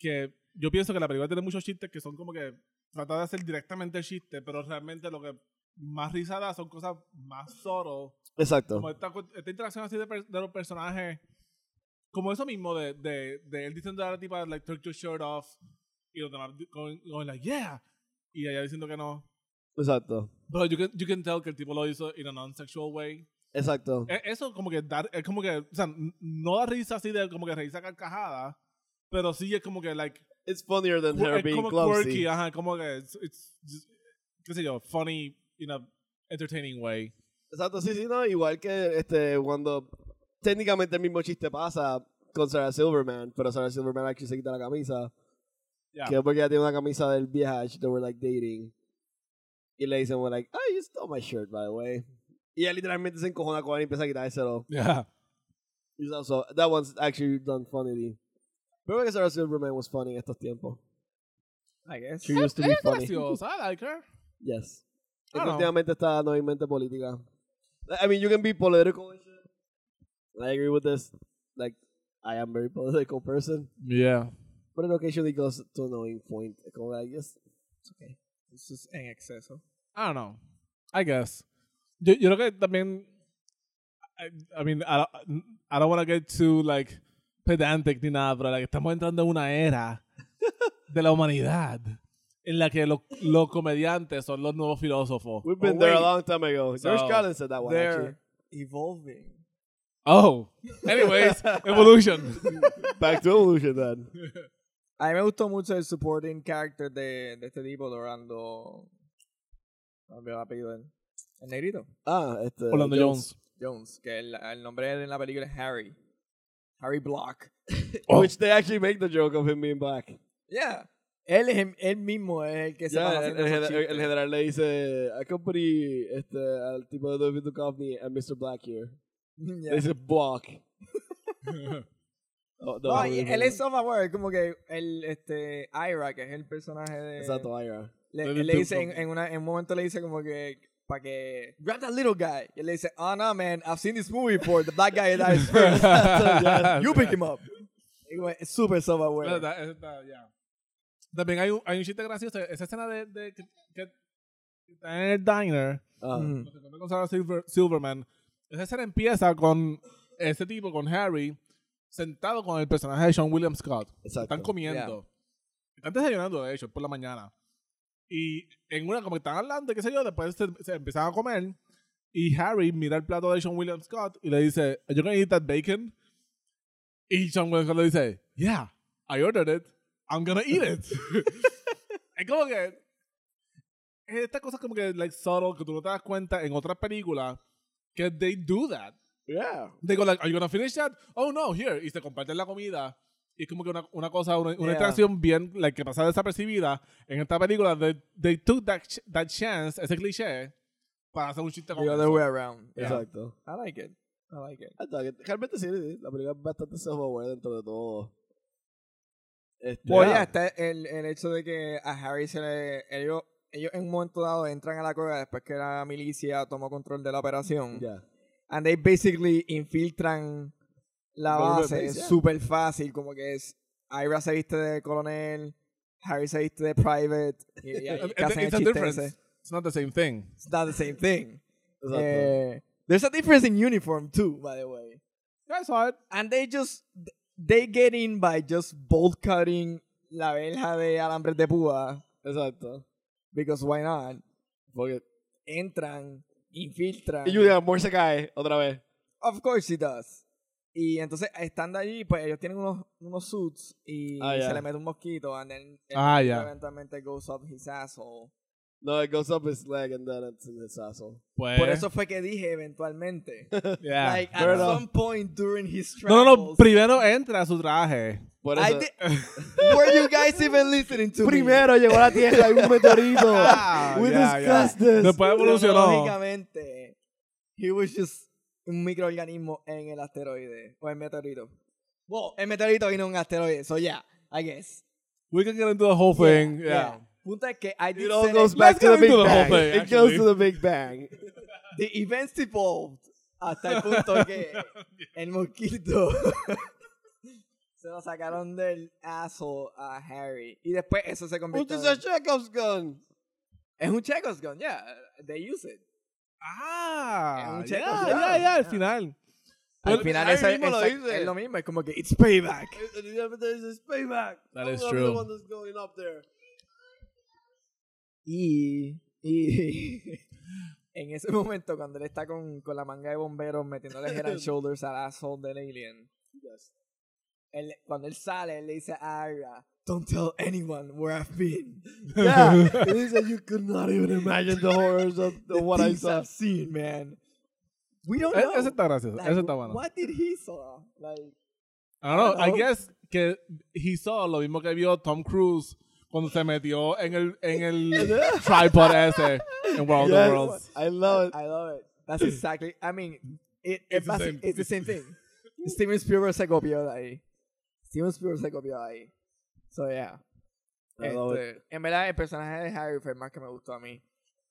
C: que yo pienso que la película tiene muchos chistes que son como que trata de hacer directamente el chiste, pero realmente lo que más risada son cosas más solo.
A: Exacto.
C: Como esta, cu- esta interacción así de, per- de los personajes, como eso mismo de, de, de él diciendo a la tipa, like, take your shirt off, y los demás di- con, con like, yeah, y ella diciendo que no.
A: Exacto.
C: Pero you can, you can tell que el tipo lo hizo in a non-sexual way.
A: Exacto.
C: E- Eso como que dar, es como que, o sea, n- no da risa así de como que reírse a carcajada, pero sí es como que, like,
A: It's funnier than
C: cu-
A: her
C: es
A: being
C: como
A: clumsy.
C: quirky, ajá, como que, it's, it's just- qué sé yo, funny in a entertaining way.
A: Exacto, sí, sí, no. Igual que este, cuando técnicamente el mismo chiste pasa con Sarah Silverman, pero Sarah Silverman actually se quita la camisa.
C: Yeah.
A: Que es porque ella tiene una camisa del vieja that were like dating. Y le dicen, we're like, oh, you stole my shirt, by the way. Y ella literalmente se encojona con él y empieza a quitárselo.
C: Yeah.
A: Y so- so, that one's actually done funnily. Pero creo que Sarah Silverman was funny en estos tiempos.
B: I guess.
A: She used to be
C: Es
A: funny.
C: graciosa, I like her.
A: Yes.
C: I
A: Es que
C: don't know.
A: últimamente está nuevamente política. I mean, you can be political and shit. I agree with this. Like, I am very political person.
C: Yeah.
A: But it occasionally goes to annoying point. Como like, yes, it's okay.
B: Eso es en exceso.
C: I don't know. I guess. Yo, yo creo que también. I, I mean, I, don't- I don't want to get too, like, pedantic ni nada, pero like, estamos entrando en una era de la humanidad en la que lo- los comediantes son los nuevos filósofos.
A: We've been
B: Oh,
A: there a
B: wait.
A: long time ago. George
C: So,
A: Carlin said that one,
B: They're evolving.
C: Oh. Anyways, evolution.
A: actually. Back to Evolution, then.
B: A mí me gustó mucho el supporting character de, de este tipo, de Orlando. No me olvidé el apellido de él. El negrito.
A: Ah, este...
C: Orlando Jones.
B: Jones, que el, el nombre de él en la película es Harry. Harry Block.
C: Oh.
A: Which they actually make the joke of him being black.
B: Yeah. Él, es, el- él mismo es el que se
A: Ya,
B: pasa
A: el,
B: haciendo esos
A: el- el- el
B: chistes.
A: general le dice, accompany este, al tipo de David Duchovny and Mr. Black here.
B: Yeah.
A: Le dice, block. Oh, no,
B: No,
A: no,
B: y
A: no,
B: él
A: no.
B: es software, como que el este Ira, que es el personaje de
A: Exacto, Ira.
B: le,
C: Del
B: él le dice en,
C: Duke
B: en una- en un momento le dice como que "Pa- para que grab that little guy. Y él le dice, oh no, man, I've seen this movie before. The black guy dies first. you pick him up. Y güey, Es súper sopa, güey.
C: Pero está- está- eh, ya. También hay un, hay un chiste gracioso. Esa escena de, de que, que está en el diner,
A: Ah,
B: Mm.
C: donde se come con Sarah Silver- Silverman. Esa escena empieza con ese tipo, con Harry, sentado con el personaje de Sean William Scott.
A: exacto.
C: Están comiendo. Están desayunando, de hecho, por la mañana. Y en una, como que están hablando, qué sé yo, después se, se empiezan a comer. Y Harry mira el plato de Sean William Scott y le dice, ¿Are you gonna eat that bacon? Y Sean William Scott le dice, Yeah, I ordered it. I'm gonna eat it. es como que. es Esta cosa como que, like, subtle, que tú no te das cuenta en otras películas, que they do that.
A: Yeah.
C: They go like, are you gonna finish that? Oh no, here. Y se comparten la comida. Y es como que una, una cosa, una, una
B: Yeah.
C: interacción bien, like, que pasa desapercibida. En esta película, they, they took that, ch- that chance, ese cliché, para hacer un chiste con
B: The other
C: eso.
B: way around. Yeah.
A: Exacto.
B: I like it. I like it.
A: I dug it. Realmente sí, sí, la película es bastante self-aware dentro de todo. Este,
B: Pues
A: ah,
B: ya está el, el hecho de que a Harry se le. Ellos, ellos en un momento dado entran a la cueva después que la milicia tomó control de la operación.
A: ya.
B: And they basically infiltran la
A: Golden
B: base
A: Place, yeah.
B: súper fácil, como que es. Ira se viste de coronel, Harry se viste de private. Y, y ahí
C: It-
B: que hacen el
C: Eh, it's a
B: chiste
C: difference.
B: ese.
C: It's not the same thing.
B: It's not the same thing.
A: Exacto.
B: Eh, there's a difference in uniform too, by the way.
C: That's hard.
B: And they just they get in by just bolt cutting la verja de alambres de púa
A: Exacto.
B: because why not?
A: Porque
B: Entran, infiltran.
A: Y Julia Moore se cae otra vez.
B: Of course he does. Y entonces estando allí, pues ellos tienen unos, unos suits y
A: Ah, yeah.
B: se le mete un mosquito and then el
C: Ah,
B: mosquito
C: yeah.
B: eventualmente goes up his asshole.
A: No, it goes up his leg and then it's in his asshole.
C: Pues,
B: Por eso fue que dije eventualmente.
C: yeah.
B: like at
A: fair enough.
B: some point during his
C: no,
B: travels.
C: no, no. Primero entra a su traje.
A: Por
B: I
A: eso.
B: di- were you guys even listening to me?
A: Primero llegó a la Tierra un meteorito.
C: Ah,
A: We
C: yeah, yeah.
A: discussed this.
C: Después evolucionó.
B: Lógicamente, he was just un microorganismo en el asteroide o el meteorito. Well, el meteorito vino un asteroide, so yeah, I guess.
C: We can get into the whole thing. Yeah.
B: Punta es que I
A: Pues,
B: did
A: It all
B: say
A: goes
B: that
A: back
C: Let's
A: to the
C: get
A: Big
C: into the whole
A: Bang.
C: thing,
A: it goes
C: actually.
A: to the Big Bang.
B: the events evolved hasta el punto que el mosquito se lo sacaron del aso a Harry y después eso se convirtió en-
A: Chekhov's gun.
B: es un Chekhov's gun yeah they use it Es
C: Ah.
B: un
C: Ya,
B: checo,
C: ya,
B: claro.
C: ya, al
B: Yeah.
C: final.
B: al
A: Pero
B: final
A: Harry
B: esa-
A: mismo lo
B: esa-
A: dice.
B: es lo mismo es como que it's payback
A: It's payback.
C: That
A: I'm
C: is
A: the
C: true.
A: one that's going up there.
B: Y, y en ese momento, cuando él está con, con la manga de bomberos metiéndole head and shoulders al asshole del alien,
A: Yes.
B: él- cuando él sale, él le dice a Ira, Don't tell anyone where I've been.
A: Yeah. it is that you could not even imagine the horrors of
B: The
A: the, what I
B: things
A: saw.
B: I've seen, man. We don't
C: E-
B: know.
C: Ese está gracioso.
B: Like,
C: Ese está bueno.
B: What did he saw? Like,
C: I don't know. I
B: Hello.
C: guess que he saw lo mismo que vio Tom Cruise cuando se metió en el, en el tripod ese en World of
A: Yes.
C: the Worlds.
A: I love it.
B: I love it. That's exactly. I mean, it,
C: It's
B: it's,
C: the same.
B: it's the same thing. Steven Spielberg se copió de ahí. Steven Spielberg se copió de ahí. So, yeah.
A: I love it.
B: Este, en verdad, el personaje de Harry fue el más que me gustó a mí.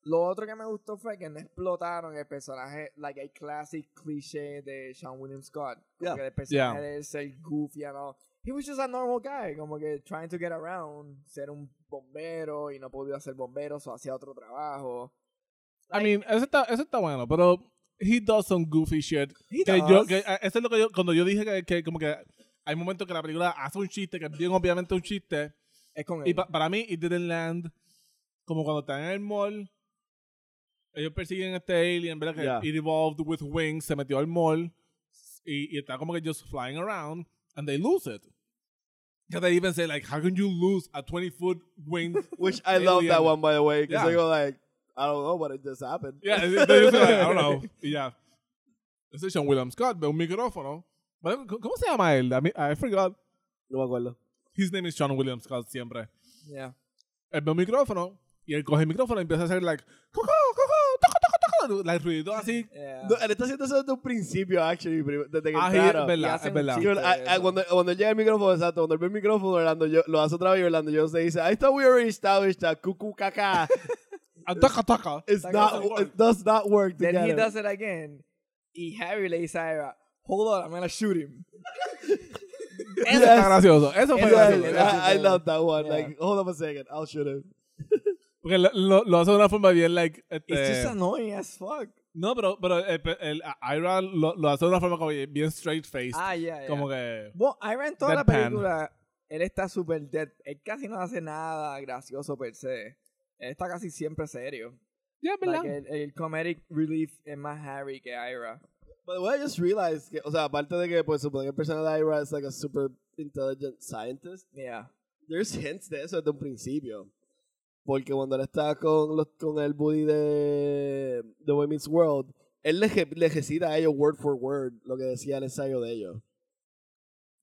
B: Lo otro que me gustó fue que no explotaron el personaje, like el classic cliché de Sean William Scott. Como
A: Yeah.
B: que el personaje de él ser goofy and all. He was just a normal guy, como que trying to get around, ser un bombero y no podía ser bombero, o hacía otro trabajo.
C: I mean, ese está, ese está bueno, pero he does some goofy shit.
B: He
C: Que yo,
B: does.
C: que, eh, eso es lo que yo, cuando yo dije que, que como que hay momentos que la película hace un chiste, que es bien obviamente un chiste,
B: Es con él.
C: y pa- para mí, it didn't land. Como cuando están en el mall, ellos persiguen a este alien, ¿verdad? Que
A: Yeah.
C: it evolved with wings, se metió al mall y, y está como que just flying around and they lose it. Que they even say, like, how can you lose a 20 foot wing?
A: Which I love
C: Alien.
A: that one, by the way, because
C: Yeah.
A: they go like, I don't know, but it just happened.
C: yeah, they just like, I don't know. Y ya. Ese es Sean William Scott, ve un micrófono. Pero, ¿cómo- ¿Cómo se llama él? I, mean, I forgot.
A: No me acuerdo.
C: His name is Sean William Scott siempre.
B: Yeah.
C: él ve un micrófono y él coge el micrófono y empieza a hacer like "Cucú, cucú, toco, toco, toco", like ruido así
B: Yeah.
A: No, él está haciendo eso desde un principio, actually, prim- desde que
C: ah, es
A: entraron.
B: Y
C: verdad
B: hace
C: es
B: un
C: verdad
B: chiste.
A: Yo, a- a- ah, cuando, cuando llega el micrófono, exacto, cuando él ve el micrófono, Orlando, yo, lo hace otra vez y Orlando Jones le dice, I thought we already established that, cucu, uh, caca.
C: a taca taca.
A: It's
B: That
A: not.
B: doesn't work.
A: It does not work
B: Then he
A: together.
B: does it again. Y Harry le dice a Eva, hold on, I'm gonna shoot him.
C: Eso
A: Yes.
C: está gracioso. Eso fue
B: Yes.
C: gracioso.
A: Yes,
B: That's
A: I, I
B: it.
A: love that one.
B: Yeah.
A: Like, hold up a second, I'll shoot him.
C: Porque lo- lo, lo hace de una forma bien, like.
B: It's just
A: Eh.
C: Este,
B: annoying as fuck.
C: no, pero, pero el, el- a Ira lo, lo hace de una forma como bien straight face.
B: Ah, yeah, yeah.
C: Como que.
B: Bueno, Ira en toda la
C: Deadpan.
B: película, él está super dead. Él casi no hace nada gracioso per se. Él está casi siempre serio.
C: Ya, ¿verdad?
B: Like, el, el comedic relief es más Harry que Ira.
A: By the way, I just realized, que, o sea, aparte de que, pues, supone que el personaje de Ira es like a super intelligent scientist,
B: Yeah.
A: there's hints de eso desde un principio. Porque cuando él está con, los, con el buddy de The Boy Meets World, él le, je- le recita a ellos word for word lo que decía el ensayo de ellos.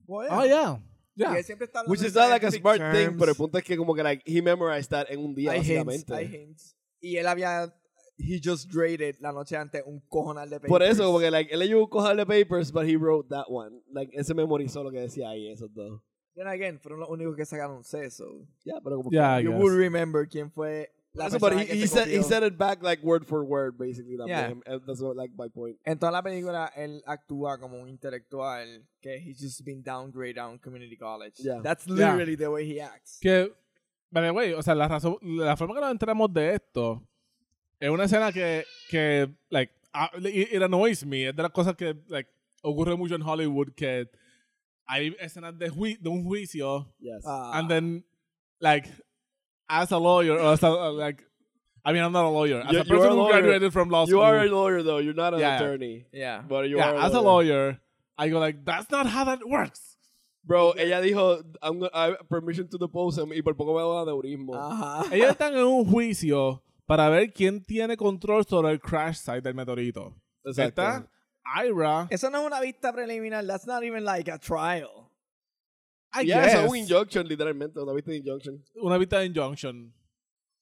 B: Well,
C: Ah, ya. Ya.
B: Y él siempre está hablando
A: Oh, Which
B: en
A: is not like a
B: scientific
A: smart thing,
B: terms.
A: pero el punto es que como que like, he memorized that en un día,
B: Hay hints,
A: básicamente.
B: hay hints. Y él había. He just graded la noche antes un cojonal de
A: Por eso,
B: papers.
A: como que like, él leyó un cojal de papers, but he wrote that one. Like, él se memorizó lo que decía ahí, esos dos.
B: Then again, fueron los únicos que sacaron C, so.
A: Ya, pero como
C: Ya, I
B: you
C: guess.
B: would remember quién fue la
A: That's
B: persona
A: about it.
B: que
A: he,
B: te
A: he said he
B: copió.
A: said it back like word for word basically. That
B: Yeah.
A: him, and that's what, like my point.
B: En toda la película, él actúa como un intelectual que he's just been downgraded on community college.
A: Yeah.
B: That's
C: Yeah.
B: literally the way he acts.
C: Que, by the way, o sea, la, razón, la forma que nos enteramos de esto es una escena que, que like, ah, it, it annoys me. Es de las cosas que, like, ocurre mucho en Hollywood que hay escenas de, jui- de un juicio
A: Yes.
B: Ah,
C: and then, like, as a lawyer, or as a, uh, like, I mean, I'm not a lawyer. As
A: You- you
C: a
A: are
C: person
A: a
C: who
A: lawyer.
C: graduated from law
A: you
C: school,
A: are a lawyer though. You're not an
C: Yeah.
A: attorney,
B: yeah.
A: but you
C: yeah,
A: are.
C: as a lawyer, I go like, that's not how that works.
A: Bro, ella dijo, I'm gonna, I have permission to depose him y por poco me da un aneurisma.
C: Ah.
B: Ajá.
C: Ellos están en un juicio para ver quién tiene control sobre el crash site del meteorito.
A: Exacto.
C: Está Ira.
B: Eso no es una vista preliminar. That's not even like a trial.
C: I
A: Yeah,
C: guess.
A: eso es un injunction literalmente. ¿No viste injunction?
C: una vista de injunction.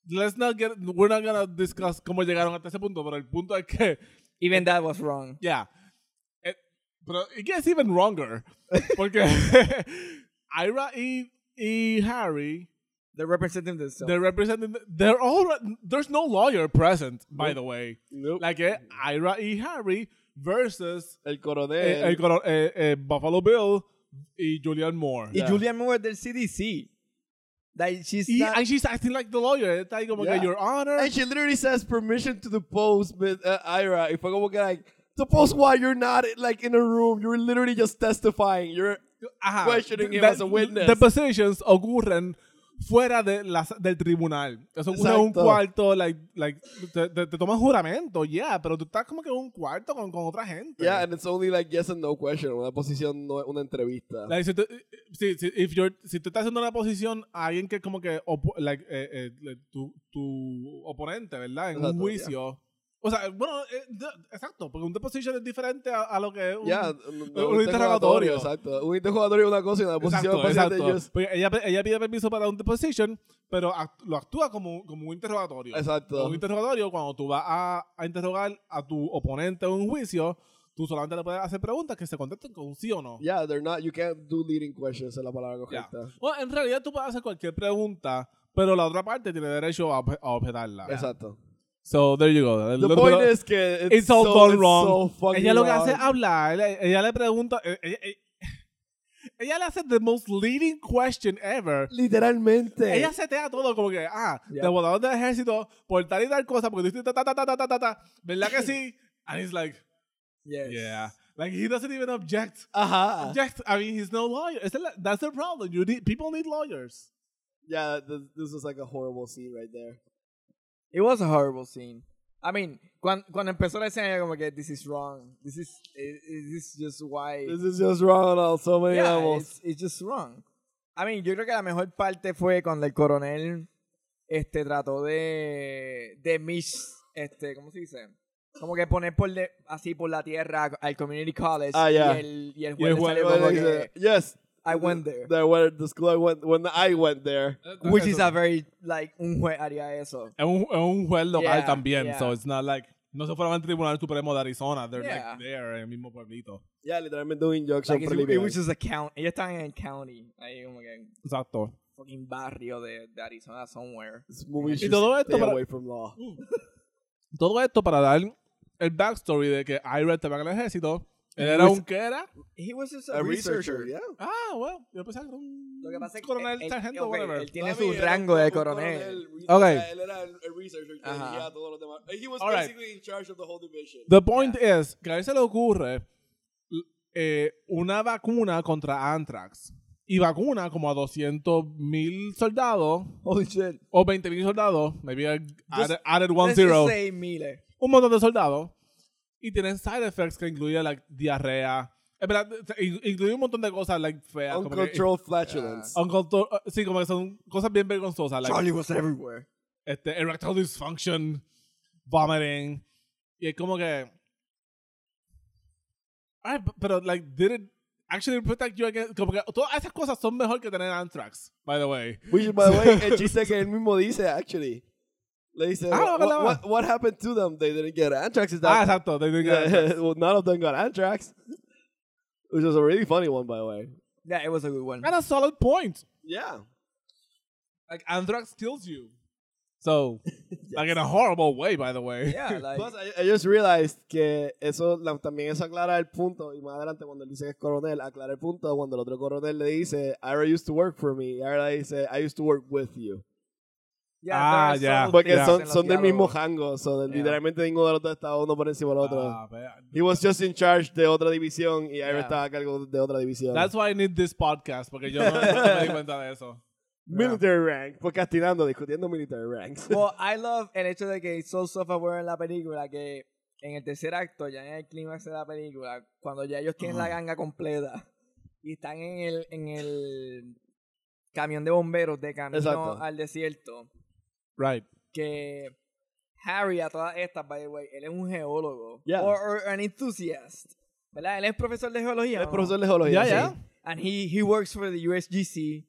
C: Let's not get, we're not gonna discuss cómo llegaron hasta ese punto, pero el punto es que,
B: Even that was wrong.
C: yeah. Eh, pero it gets even wronger. Porque Ira y, y Harry,
B: They're representing themselves.
C: they're representing, they're all, there's no lawyer present, by the way.
A: Nope.
C: Like eh, Ira y Harry versus
A: el coronel.
C: eh, el coro- eh, eh, Buffalo Bill y Julian Moore.
B: Y Julian Moore del CDC. Like, she's
C: Y,
B: not-
C: and she's acting like the lawyer. Está ahí como
A: Yeah.
C: que, Your Honor.
A: and she literally says permission to depose with uh, Ira. Y fue como que like, depose why you're not like in a room. You're literally just testifying. You're
C: Ajá.
A: questioning him
C: The-
A: as a witness.
C: The positions ocurren fuera de la, del tribunal. Eso ocurre en un
A: Exacto.
C: cuarto, like, like, te, te, te toman juramento, yeah, pero tú estás como que en un cuarto con, con otra gente.
A: Yeah, and it's only like yes and no question. Una posición no es una entrevista.
C: Like, si, tú, si, si, if you're- si tú estás haciendo una posición a alguien que como que opo- like, eh, eh, like, tu, tu oponente, ¿verdad? En un
A: Exacto,
C: juicio. O sea, bueno, eh, de- exacto, porque un deposition es diferente a, a lo que es un,
A: Ya,
C: un interrogatorio.
A: Exacto. Un interrogatorio es una cosa y una posición
C: Exacto,
A: básicamente
C: exacto.
A: ellos-
C: Porque ella, ella pide permiso para un deposition, pero act- lo actúa como, como un interrogatorio.
A: Exacto.
C: Un interrogatorio, cuando tú vas a, a interrogar a tu oponente en un juicio, tú solamente le puedes hacer preguntas que se contesten con un sí o no.
A: Yeah, they're not, you can't do leading questions es la palabra correcta.
C: Bueno, en realidad tú puedes hacer cualquier pregunta, pero la otra parte tiene derecho a, obje- a objetarla.
A: Exacto.
C: So, there you go. A
A: The
C: little
A: point
C: bit of-
A: is que it's,
C: it's all
A: so,
C: gone
A: it's
C: wrong.
A: so fucking
C: ella lo que hace ah, es
A: wrong.
C: hablar. Ella, ella le pregunta... eh, Ella, eh, ella le hace the most leading question ever.
A: Literalmente.
B: Este.
C: Ella setea todo como que, ah,
B: Yeah.
C: te botaron del ejército por tal y tal cosa porque tú hiciste ta ta ta ta ta ta, ta. ¿verdad que sí? And he's like,
B: Yes. Ah.
C: yeah. Like he doesn't even object.
A: Ajá.
C: Object, I mean, he's no lawyer. It's the- that's the problem. You need, people need lawyers.
A: Yeah, th- this was like a horrible scene right there.
B: It was a horrible scene. I mean, cuando, cuando empezó la escena, yo como que, this is wrong. This is, i- i- this is just why.
A: This is just wrong on so many
B: Yeah,
A: levels.
B: it's, it's just wrong. I mean, yo creo que la mejor parte fue cuando el coronel este, trató de, de mis, este, ¿cómo se dice? Como que poner por de- así por la tierra al community college
A: Ah, yeah.
B: y el y el
C: Y el
B: juez le
C: juez-
B: salió
A: Well,
B: como
A: like, uh,
B: que,
A: yes,
B: I went there.
A: there were the school I went when I went there.
B: Eh, Which is a very, like, un juez haría eso.
C: Es un, es un juez local
B: Yeah,
C: también,
B: yeah.
C: so it's not like No se fueron al Tribunal Supremo de Arizona. They're
B: Yeah.
C: like there, en el mismo pueblito.
A: Ya, literalmente un injunction
B: Like, it, it
A: preliminar.
B: was just a count. Ellos estaban en el county. Ahí como que en
C: Exacto.
B: fucking barrio de, de Arizona somewhere.
A: This movie
C: Y
A: should
C: todo esto
A: stay
C: para-
A: away from law.
C: Todo esto para dar el backstory de que Ira estaba en el ejército. Él
B: He
C: era
B: was-
C: un que era.
B: He was just a,
A: A
B: researcher.
A: researcher, yeah.
C: Ah, bueno. Yo pensaba que era un
B: Lo que pasa es que
C: coronel,
B: él- él-
C: sargento,
B: ok,
C: whatever.
B: él tiene
A: Papi,
B: su
A: era
B: rango
A: un-
B: de
A: un
B: coronel.
A: re-
C: Ok.
A: Él era el el researcher que
B: Ajá.
A: dirigía a todos los demás. He was
C: All right.
A: basically in charge of the whole division.
C: The point is que a él se le ocurre l- eh, una vacuna contra Anthrax. Y vacuna como a 200 mil soldados
A: Holy shit.
C: o 20 mil soldados. Maybe I added, added one
B: Let's just
C: zero.
B: say miles.
C: Un montón de soldados. Y tienen side effects que incluyen like, diarrea. Es verdad, se- in- incluye un montón de cosas like, feas. como que-
A: Uncontrolled flatulence.
C: uncontrol- uh, sí, como que son cosas bien vergonzosas. like,
B: Charlie was everywhere.
C: este, erectile dysfunction, vomiting. Y es como que. Ay, p- pero, like, did it actually protect you against. Como que todas esas cosas son mejor que tener anthrax, by the way.
A: Which, by the way, el chiste que él mismo dice, actually. Le dice,
C: Ah,
A: what,
C: no, no, no.
A: what, what happened to them? They didn't get anthrax. Is
C: Ah,
A: that
C: exacto. they didn't get anthrax.
A: Yeah, well, none of them got anthrax. Which was a really funny one, by the way.
B: Yeah, it was a good one.
C: And a solid point.
A: Yeah.
C: Like, anthrax kills you. So, like, in a horrible way, by the way.
B: Yeah, like,
A: Plus, I, I just realized que eso la- también eso aclara el punto. Y más adelante, cuando él dice que es coronel, aclara el punto cuando el otro coronel le dice, Ira used to work for me. Y Ira le dice, I used to work with you.
B: yeah,
C: Ah,
B: there
C: yeah.
B: are subtle
A: Porque
B: things
A: son,
B: en los
A: son del mismo
B: diálogos.
A: jango. So,
B: Yeah.
A: Literalmente ninguno de los dos estaba uno por encima del otro.
C: Ah, man.
A: He was just in charge de otra división y Ira
B: Yeah.
A: estaba a cargo de otra división.
C: That's why I need this podcast, porque yo no, no me di cuenta de eso.
A: military rank. Podcastinando, discutiendo military ranks.
B: Well, I love el hecho de que so self-aware en la película que en el tercer acto, ya en el clímax de la película, cuando ya ellos tienen la ganga completa y están en el, en el camión de bomberos de camino
A: Exacto.
B: al desierto,
C: Right.
B: que Harry, a todas estas, by the way, él es un geólogo.
A: Yeah.
B: Or, or an enthusiast. ¿Verdad? Él es profesor de geología.
A: Es
B: ¿o no?
A: profesor de geología.
C: Ya,
A: Oh, sí.
C: ya.
B: And he, he works for the USGC.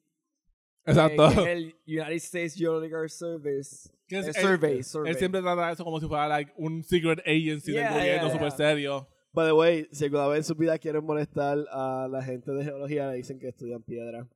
B: eh,
C: Exacto.
B: que es el United States Geological Service.
C: Que es-
B: eh,
C: él-
B: survey, survey.
C: Él siempre trata eso como si fuera like, un secret agency
B: Yeah,
C: del gobierno
B: yeah,
C: super
B: yeah.
C: serio.
A: By the way, si alguna vez en su vida quieren molestar a la gente de geología, le dicen que estudian piedra.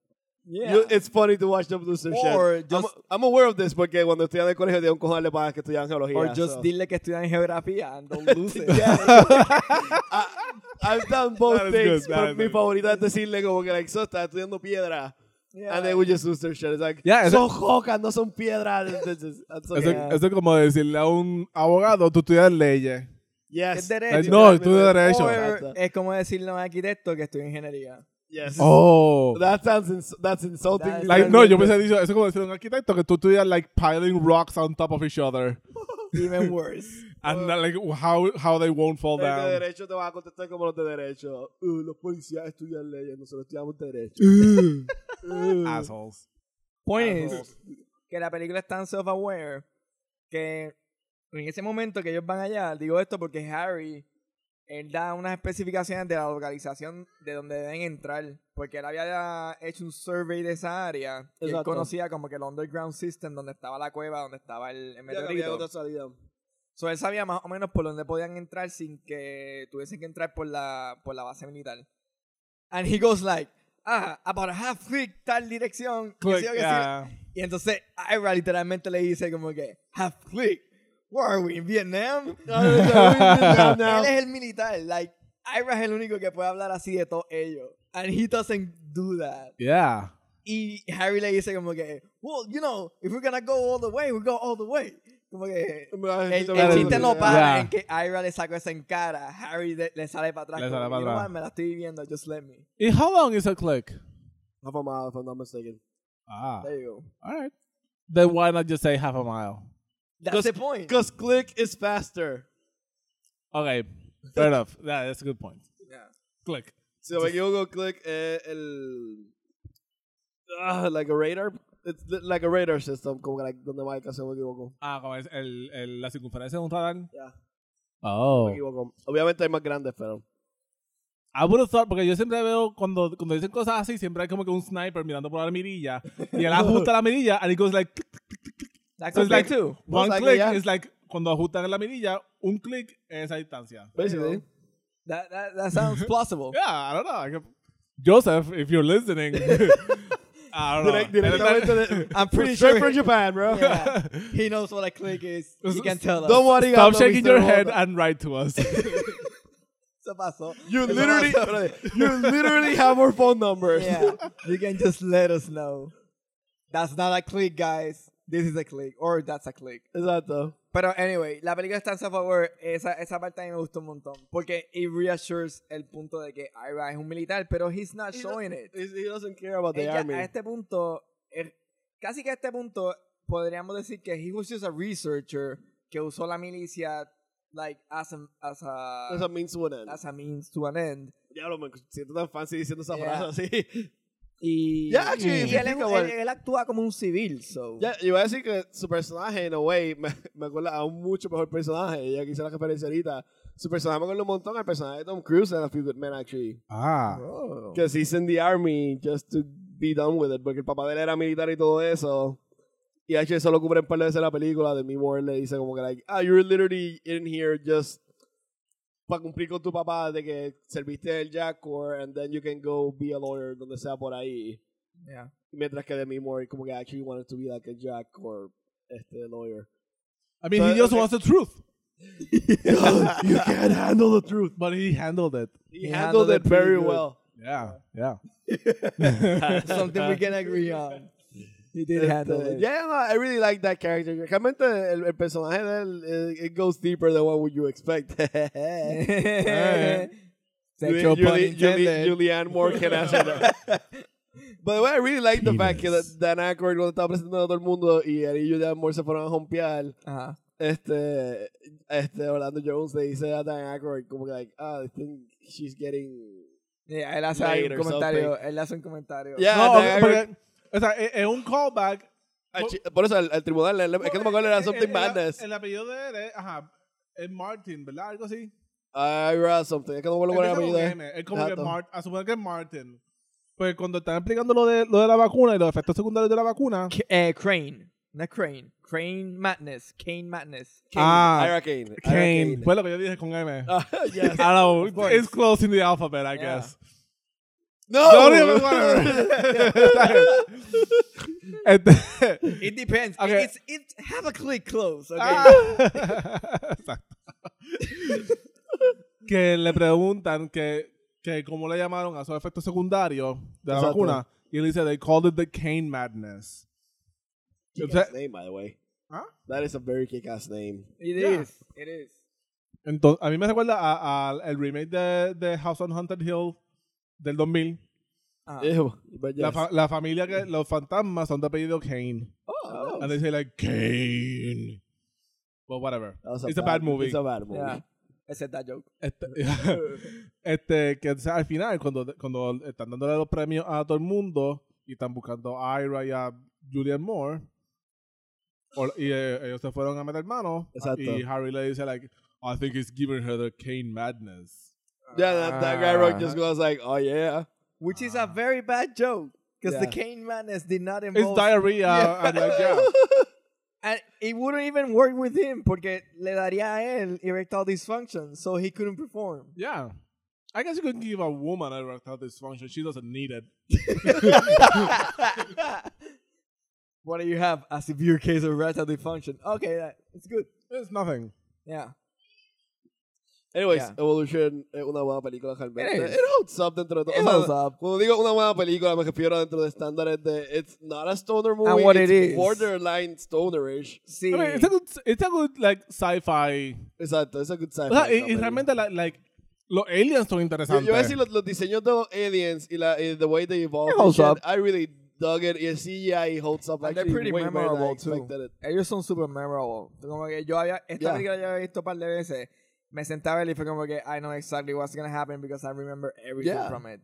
B: Yeah.
A: You- it's funny to watch them do some
B: Or
A: shit.
B: just-
A: I'm, I'm aware of this porque cuando estudiaba en el colegio tenía un cojón de panas que estudiaban geología.
B: Or just
A: so.
B: dile que estudian geografía and don't lose it.
A: I, I've done both
C: That is
A: things,
C: good, that
A: pero
C: is
A: mi
C: good.
A: favorita es decirle como que like, so, estás estudiando piedra.
B: Yeah.
A: And they would just lose their shit. It's like,
C: Yeah, it's
A: son jocas, no son piedras. It's- it's- it's
C: Eso,
A: okay.
C: eso es como decirle a un abogado, tú estudias leyes.
A: Yes.
B: Es derecho.
C: No, tú de derecho.
B: Or es como decirle a un arquitecto que estudia ingeniería.
A: Yes.
C: Oh.
A: That sounds ins- that's insulting.
B: That-
C: Like, no, yo pensé, dicho, eso es como decirle a un arquitecto que tú estudias like piling rocks on top of each other.
B: Even worse.
C: And not, like how, how they won't fall
A: Los de
C: down.
A: derecho te van a contestar como los de derecho. Uh, los policías estudian leyes, nosotros estudiamos derecho. Uh.
C: Assholes.
B: Point is
A: Assholes.
B: Pues, que la película es tan self-aware que en ese momento que ellos van allá, digo esto porque Harry, él da unas especificaciones de la localización de donde deben entrar, porque él había hecho un survey de esa área y él
A: Exacto.
B: conocía como que el underground system, donde estaba la cueva, donde estaba el, el
A: Ya que había
B: meteorito.
A: otra salida.
B: So, él sabía más o menos por dónde podían entrar sin que tuviesen que entrar por la, por la base militar. And he goes like, ah, about a half click, tal dirección. Y,
C: Click,
B: sigo que
C: yeah.
B: sigo. y entonces Ira literalmente le dice como que, half click, where are we, in Vietnam?
A: No, no.
B: Él es el militar, like, Ira es el único que puede hablar así de todos ellos. And he doesn't do that.
C: Yeah.
B: Y Harry le dice como que, well, you know, if we're gonna go all the way, we go all the way. Como que... El, el
C: Claro,
B: chiste no
C: sí.
B: para
C: Yeah.
B: en que Ira le sacó esa en cara. Harry de- le sale para atrás.
C: Le sale
B: como,
C: para
B: "You know
C: atrás.
B: what, Me la estoy viviendo, just let me.
C: ¿Y how long is a click?
A: Half a mile, if I'm not mistaken.
C: Ah.
B: There you go.
C: All right. Then why not just say half a mile?
B: That's
A: Cause-
B: the point.
A: Because click is faster.
C: Okay. Fair enough. Yeah, that's a good point.
B: Yeah.
C: Click.
A: Si no me equivoco, click es el... Ah, like a radar. It's li- like a radar system, como que like, donde va el caso, me equivoco.
C: Ah, como es el, el, la circunferencia de un radar.
A: Ya,
C: Oh.
A: me equivoco. Obviamente hay más grandes, pero...
C: I would have thought, porque yo siempre veo cuando, cuando dicen cosas así, siempre hay como que un sniper mirando por la mirilla y él ajusta la mirilla and he goes like,
B: That's
C: so it's
B: the
C: like
B: thing, too.
C: one
A: Most likely,
C: click
A: yeah.
C: is like cuando ajustan la mirilla, un clic en esa distancia.
A: Basically.
B: That, that, that sounds plausible.
C: Yeah, I don't know. I can- Joseph, if you're listening, I don't know.
A: Direct, directamente de,
B: I'm pretty
A: straight
B: sure
A: from Japan, bro.
B: yeah, he knows what a click is. He can tell us.
A: Don't worry,
C: Stop
A: I'm
C: shaking
A: Mr.
C: your
A: Honda.
C: head and write to us.
B: Eso pasó.
A: You
B: Eso
A: literally,
B: pasó.
A: espérate, you literally have our phone number.
B: Yeah, you can just let us know. That's not a click, guys. This is a click, or that's a click.
A: Exacto.
B: Pero anyway, la película está en su favor. Esa, esa parte a mí me gustó un montón. Porque it reassures el punto de que Ira es un militar, pero he's not showing it.
A: He he doesn't care about the
B: Ella,
A: army.
B: a este punto, er- casi que a este punto, podríamos decir que he was just a researcher que usó la milicia like as a, as a,
A: Eso means to an end.
B: as a means to an end.
A: Diablo, me siento tan fancy diciendo esa
B: Yeah.
A: frase así.
B: Y,
A: Yeah, actually,
B: y
A: if you
B: él, es
A: think
B: un-
A: about
B: él-
A: it-
B: él actúa como un civil, so.
A: Ya, yo iba a decir que su personaje, en a way, me, me acuerda a un mucho mejor personaje. Ella que hizo la referencia ahorita. Su personaje me acuerda un montón al personaje de Tom Cruise en A Few Good Men, actually.
C: ah.
B: Bro.
A: Because he's in the army just to be done with it. Porque el papá de él era militar y todo eso. Y actually solo cubre un par de veces la película. De mi Moore le dice como que like, ah, you're literally in here just para cumplir con tu papá de que serviste el Jack Corps and then you can go be a lawyer donde sea por ahí.
B: Yeah.
A: Mientras que Demi Moore como que actually wanted to be like a Jack Corps este, lawyer.
C: I mean,
A: But,
C: he just
A: okay. Oh,
C: wants the truth.
A: you can't handle the truth.
C: But he handled it.
A: He, handled, it
B: pretty
A: very
B: good.
A: well.
C: Yeah, yeah.
B: Something we can agree on. He did handle
A: Este,
B: it.
A: yeah, no, I really like that character. Realmente el, el personaje de él, eh, it goes deeper than what would you expect. Juli-
B: Sexual pun
A: Juli-
B: intended.
A: Juli- Julianne Moore can answer that. By the way, I really like the fact que Dan Aykroyd cuando estaba presentando a todo el mundo y él y Julianne Moore se fueron a jompear,
B: Ajá.
A: este, este Orlando Jones le dice a Dan Aykroyd como que like, ah, I think she's getting...
B: Yeah, él hace
A: Late
B: un
A: or
B: comentario. Él hace un comentario.
A: Yeah,
C: No,
A: Dan Aykroyd-
C: porque, o sea, e, es es un callback.
A: Ah, chi- Por eso, el, el tribunal, el- es que no me acuerdo, era
C: El- el-
A: Something
C: el-
A: Madness.
C: El apellido de él es, ajá, es Martin, ¿verdad? Algo así.
A: Ira something, es que no me acuerdo cuál era
C: Empieza
A: el apellido.
C: con
A: de él.
C: M, Es como que
A: Exacto.
C: Martin, a suponer que es Martin. Pues cuando están explicando lo de, lo de la vacuna y los efectos secundarios de la vacuna.
B: C- eh, Crane. No Crane. Crane Madness. Kane Madness. Kane.
C: Ah,
A: Ira Kane. Ira
C: Kane. Fue lo que yo dije con M.
A: Ah, yes.
C: I don't know.
B: course.
C: It's close in the alphabet, I
B: Yeah.
C: guess.
A: No.
C: Don't even wanna- Este-
B: It depends.
C: Okay.
B: It's, it have a click close. Okay.
C: Ah. Exacto. que le preguntan que, que cómo le llamaron a su efecto secundario de la
A: Exacto.
C: vacuna. Y él dice, they called it the cane madness.
A: Kick-ass name, by the way.
C: Huh?
A: That is a very kick-ass name.
B: It
C: Yeah.
B: is. It is.
C: Entonces, a mí me recuerda a- al el remake de, de House on Haunted Hill del 2000.
B: Ah.
A: Ew, but
C: La,
A: yes.
C: fa- la familia que los fantasmas son de apellido Kane.
A: Oh,
C: And they say like Kane. But whatever.
A: that was
C: It's a bad movie.
A: It's a bad movie.
B: Yeah. Except that joke.
C: Este, este, que o sea, al final, cuando, cuando están dándole los premios a todo el mundo y están buscando a Ira y a Julian Moore, o- y eh, ellos se fueron a meter mano,
A: Exacto.
C: y Harry le dice, like, I think he's giving her the Kane madness.
A: Yeah, that, that guy
C: Uh-huh.
A: rock just goes like, oh yeah.
B: Which is a very bad joke. Because the
A: Yeah.
B: Kane Madness did not
C: Ah. It's
B: involve.
C: diarrhea. and like, yeah.
B: and it wouldn't even work with him porque le daría a él erectile dysfunction, so he couldn't perform.
C: Yeah. I guess you could give a woman erectile dysfunction. She doesn't need it.
B: what do you have? A severe case of erectile dysfunction. Okay, that, it's good.
C: It's nothing.
B: Yeah.
A: Anyways,
B: Yeah.
A: Evolution es una buena película realmente.
B: It is.
A: It holds up dentro de todo.
B: It
A: o sea,
B: holds up.
A: Cuando digo una buena película, me refiero dentro de estándares de it's not a stoner movie,
B: what
A: it's
B: it is.
A: borderline stonerish.
B: Sí.
C: I mean, it's a good, it's a good like sci-fi.
A: Exacto, it's a good sci-fi.
C: O sea, y, y
A: comedy.
C: realmente like, like los aliens son
A: Yo,
C: interesantes.
A: yo voy a decir los, los diseños de los aliens y, la, y the way they evolved.
B: It holds
A: and
B: up.
A: shit, I really dug it. Y el CGI holds up
B: And they're
A: actually
B: pretty
A: way better than I
B: memorable too.
A: expected it.
B: Ellos son super memorable. Como que yo había, esta
A: Yeah.
B: película yo había visto un par de veces. Me sentaba a ver y fue como que I know exactly what's gonna happen because I remember everything
A: Yeah.
B: from it.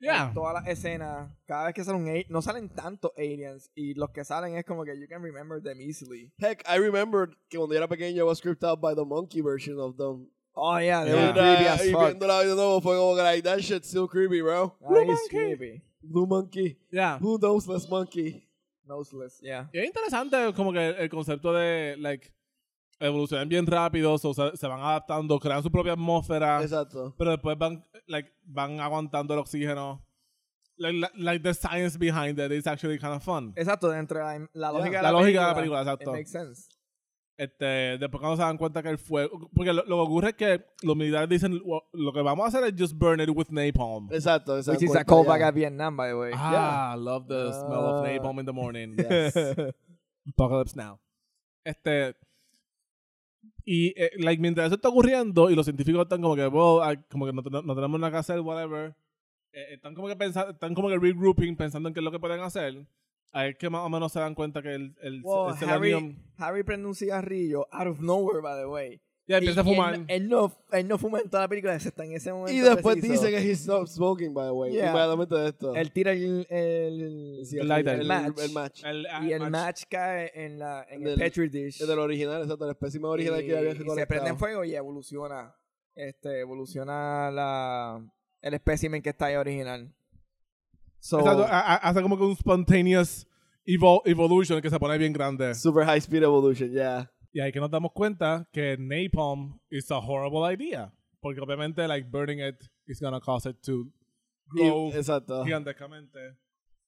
C: yeah.
B: Todas las escenas, cada vez que salen un a- no salen tantos aliens y los que salen es como que you can remember them easily.
A: Heck, I remember que cuando yo era pequeño I was creeped out by the monkey version of them.
B: Oh yeah, they
A: Y
B: were
C: Yeah.
B: creepy
A: era-
B: as
A: y
B: fuck.
A: viéndola de nuevo fue como que like, that shit's still creepy, bro.
B: That
C: Blue
B: is
C: Monkey.
B: creepy.
A: Blue monkey.
C: Yeah.
A: Blue noseless monkey.
B: Noseless, yeah.
C: Y es interesante como que el, el concepto de like evolucionan bien rápido, so se, se van adaptando, crean su propia
B: Ah.
C: atmósfera,
A: Exacto.
C: pero después van, like, van aguantando el oxígeno. Like, like- like the science behind it is actually kind of fun.
B: Exacto, dentro de la, la
A: Ya,
B: lógica de la,
C: la lógica de la película, exacto.
B: It makes sense.
C: Este, después cuando se dan cuenta que el fuego... Porque lo, lo que ocurre es que los militares dicen, "Well, lo que vamos a hacer es just burn it with napalm.
A: Exacto. se dan
B: Which is a
A: cuenta
B: callback
A: ya.
B: at Vietnam, by the way.
C: Ah, love the
B: Uh,
C: smell of
A: Ah.
C: napalm in the morning.
A: Yes.
C: Apocalypse Now. Este. Y, eh, like, mientras eso está ocurriendo y los científicos están como que, well, ah, como que no, ten- no tenemos nada que hacer, whatever. eh, están como que pensando, están como que regrouping, pensando en qué es lo que pueden hacer. Ahí es que más o menos se dan cuenta que el, el, el
B: Well, Oh, Harry,
C: selenium
B: Harry prende un cigarrillo out of nowhere, by the way.
C: ya empieza a
B: Y- y él-
C: fumar.
B: Él, no, él no fuma en toda la película, excepto en ese momento.
A: Y después
B: preciso.
A: dice que he's stop smoking, by the way.
B: Yeah.
A: Inmediatamente de esto.
B: Él tira el. el-
A: Sí,
C: el lighter.
A: El,
B: match.
A: el match.
C: El- ah,
B: y el
C: ah,
B: match cae en, la, en el
A: Del-
B: Petri dish.
A: El del original, exacto. El espécimen original
B: y,
A: que había
B: y se
A: recolectado.
B: prende en fuego y evoluciona. Este, evoluciona la, el espécimen que está ahí original. So,
C: exacto, a- a- hace como que un spontaneous evol- evolution que se pone bien grande.
A: Super high speed evolution, yeah.
C: Y ahí que nos damos cuenta que napalm is a horrible idea. Porque obviamente, like, burning it is gonna cause it to
A: Y-
C: grow
B: ah.
A: exacto.
C: gigantescamente.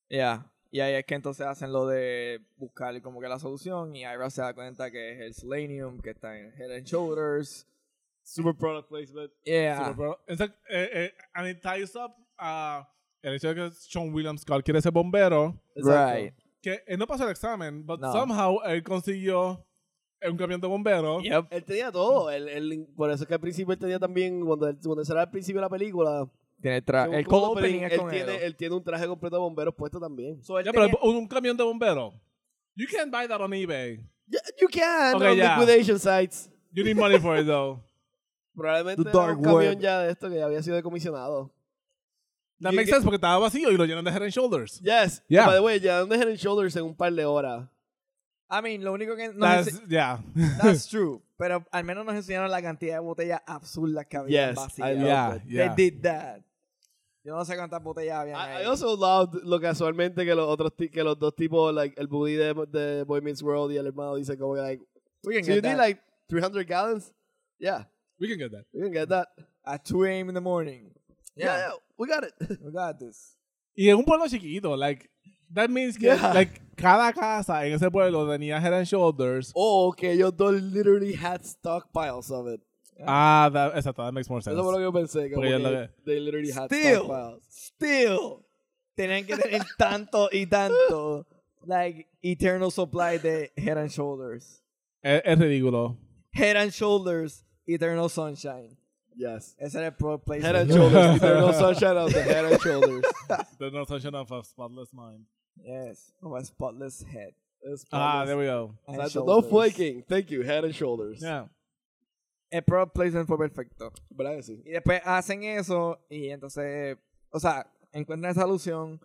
B: yeah. Y ahí es que entonces hacen lo de buscar como que la solución y Ira se da cuenta que es el selenium que está en Head and Shoulders.
A: Super product placement.
B: Yeah.
C: Super pro- Exacto, eh, eh, and it ties up a el hecho de que Sean William Scott quiere ser bombero.
A: Exacto.
B: Right.
C: Que él no pasó el examen, but
B: No.
C: somehow él consiguió un camión de bomberos.
B: Yep.
A: Él tenía todo. Él, él- por eso es que al principio él tenía también, cuando, él, cuando será al principio de la película,
B: Tiene el tra-
A: según
B: Ah, el
A: como
B: cold opening es
A: él,
B: con
A: tiene,
B: él.
A: él tiene un traje completo de bomberos puesto también.
B: So, él
C: Ya, pero
B: tenía-
C: un, un camión de bomberos. You can't buy that on eBay.
A: Yeah, you can
C: Okay,
A: on
C: yeah.
A: liquidation sites.
C: You need money for it though.
A: Probablemente
B: The
A: era
B: dark
A: un camión
B: web.
A: ya de esto que ya había sido decomisionado.
C: That
A: You
C: makes
A: get-
C: sense porque estaba vacío y lo llenan de head and shoulders.
A: Yes.
C: Yeah.
A: By the way, ya donde Head and Shoulders en un par de horas.
B: I mean, lo único que nos
C: That's-
B: ense-
C: yeah.
B: That's true. Pero al menos nos enseñaron la cantidad de botellas absurdas que había
A: Yes,
B: vacías.
A: I love
C: yeah,
A: it.
C: yeah.
B: They did that. Yo no sé cuántas botellas habían
A: I, I
B: ahí.
A: also loved lo casualmente que los otros ti- que los dos tipos like el buddy de, de Boy Meets World y el hermano dicen como que like
B: We can
A: so you
B: get
A: need
B: that
A: like 300 gallons yeah
C: We can get that.
A: we can get that
B: at 2 a.m. in the morning.
A: yeah, yeah, we got it
B: We got this.
C: Y es un pueblo chiquito, like that means que
A: Yeah.
C: like cada casa en ese pueblo tenía head and shoulders.
A: oh que ellos dos literally had stockpiles of it
C: Ah, that, exacto, that makes more sense.
A: eso fue lo que yo pensé como
C: Porque ya
A: que
C: lo ve.
A: they literally had
B: Still.
A: stockpiles
B: Still, tenían que tener tanto y tanto. Like, eternal supply de Head and Shoulders.
C: Es, es ridículo.
B: Head and Shoulders, Eternal Sunshine.
A: yes
B: Ese era el pro place.
A: Head and Shoulders Eternal Sunshine of the Head and Shoulders
C: The no sunshine of a spotless mind.
B: Yes, of a spotless head.
A: It's
C: Ah, there
A: fabulous.
C: we go.
B: and
A: Exacto, no
B: shoulders.
A: flaking thank you Head and Shoulders
C: Yeah.
B: El pro placement fue perfecto.
A: ¿verdad que sí?
B: Y después hacen eso y entonces, o sea, encuentran esa solución,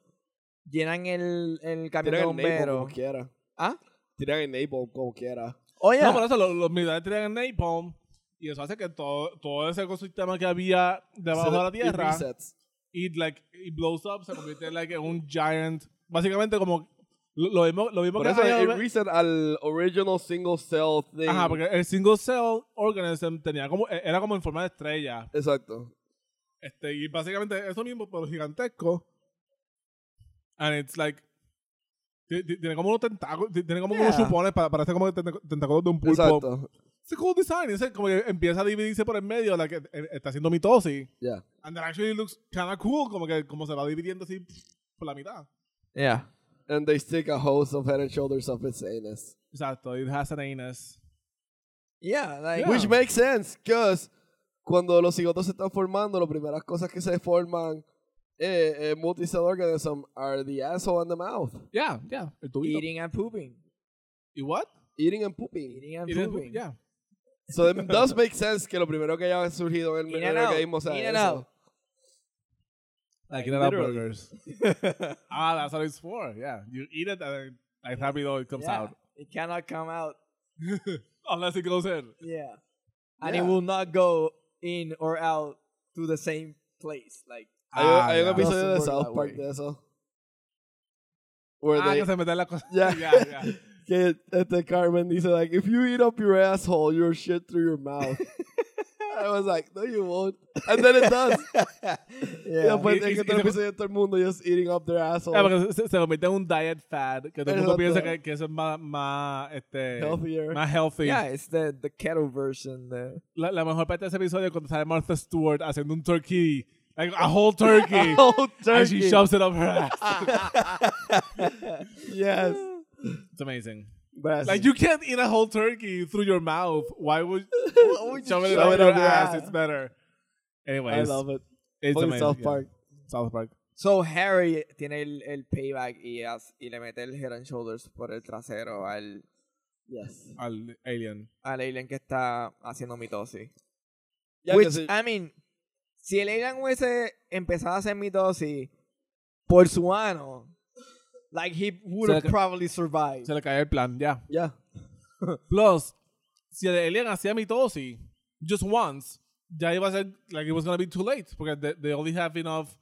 B: llenan el, el camión
A: tiran
B: de
A: el napalm
B: bomberos.
A: como quiera
B: ¿Ah? Oh,
A: tiran el napalm como quiera
B: Oye,
C: No, por eso los, los militares tenían napalm y eso hace que todo, todo ese ecosistema que había debajo
A: Se-
C: de la
A: it
C: tierra
A: resets.
C: it like it blows up, se convierte like en un giant, básicamente como lo, lo mismo, lo mismo
A: Por
C: que
A: eso
C: había-
A: el reset al original single cell thing.
C: Ajá, porque el single cell organism tenía como e, era como en forma de estrella,
A: Exacto.
C: Este, y básicamente eso mismo, pero gigantesco. And it's like. ti- ti- Tiene como unos tentáculos, ti- tiene como unos
B: Yeah.
C: chupones para, para hacer como tentac- tentáculos de un pulpo.
A: Exacto.
C: It's a cool design. It's like como que empieza a dividirse por el medio, la que eh, está haciendo mitosis.
A: Yeah.
C: And that actually looks kind of cool, como que como se va dividiendo así por la mitad.
B: yeah.
A: And they stick a hose of head and shoulders up its anus.
C: Exacto, it has an anus.
B: Yeah, like,
C: Yeah.
A: Which makes sense, because cuando los cigotos se están formando, las primeras cosas que se forman eh, eh, multicell organism are the asshole and the mouth.
C: Yeah, yeah, el tubito.
B: eating and pooping.
C: ¿Y what?
A: Eating and pooping.
B: Eating and
C: It is-
B: pooping.
C: yeah.
A: So it does make sense que lo primero que haya surgido en
B: In
A: el
B: and out,
A: organismo sea
B: in and out.
A: eso.
C: Like in and out
A: literally.
C: burgers. ah, that's what it's for. Yeah, you eat it and like rápido it comes
B: Yeah.
C: out.
B: It cannot come out.
C: Unless it goes in.
B: Yeah. And it
A: Yeah.
B: will not go in or out to the same place. Like,
A: Hay,
C: Ah,
A: hay un
C: yeah.
A: episodio
B: Doesn't
A: de
B: work
A: South
B: that
A: Park
B: way.
A: de eso. Where
C: Ah,
A: they-
C: que se meten las cosas.
A: Yeah.
C: Yeah, yeah.
A: que este Carmen dice like if you eat up your asshole you'll shit through your mouth I was like no you won't and then it does y
B: Yeah.
A: después es
C: Y- y-
A: que
C: y
A: todo
C: se-
A: el episodio todo el mundo just eating up their asshole
C: Ah, porque se, se convierte en un diet fad, que todo el mundo
A: Exacto.
C: piensa que, que eso es más, más, este,
A: healthier
C: más healthy.
B: Yeah, it's the, the kettle version. The,
C: La, la mejor parte de ese episodio es cuando sale Martha Stewart haciendo un turkey, like a whole turkey,
A: oh
C: and she
A: turkey Ah.
C: shoves it up her ass.
A: yes
C: It's amazing.
A: But
C: Like you can't eat a whole turkey through your mouth. Why would, shove it
A: shove
C: up
A: it
C: your
A: up your
C: ass?
A: ass?
C: It's better.
A: I
C: Anyways,
A: love it
C: it's
A: Fucking
C: amazing,
A: South
C: yeah.
A: Park
C: South Park.
B: so Harry tiene el, el payback y, as- y le mete el head and shoulders por el trasero al,
A: yes
C: Al alien.
B: al alien que está haciendo mitosis.
A: Ya que
B: Which,
A: sí.
B: I mean, si el alien hubiese empezado a hacer mitosis por su ano, like he would
C: Se
B: have
C: le-
B: probably survived.
C: Se le cae el plan, ya.
A: yeah
C: Plus, si el alien hacía mitosis, just once, ya iba a ser, like, it was gonna be too late, porque they, they only have enough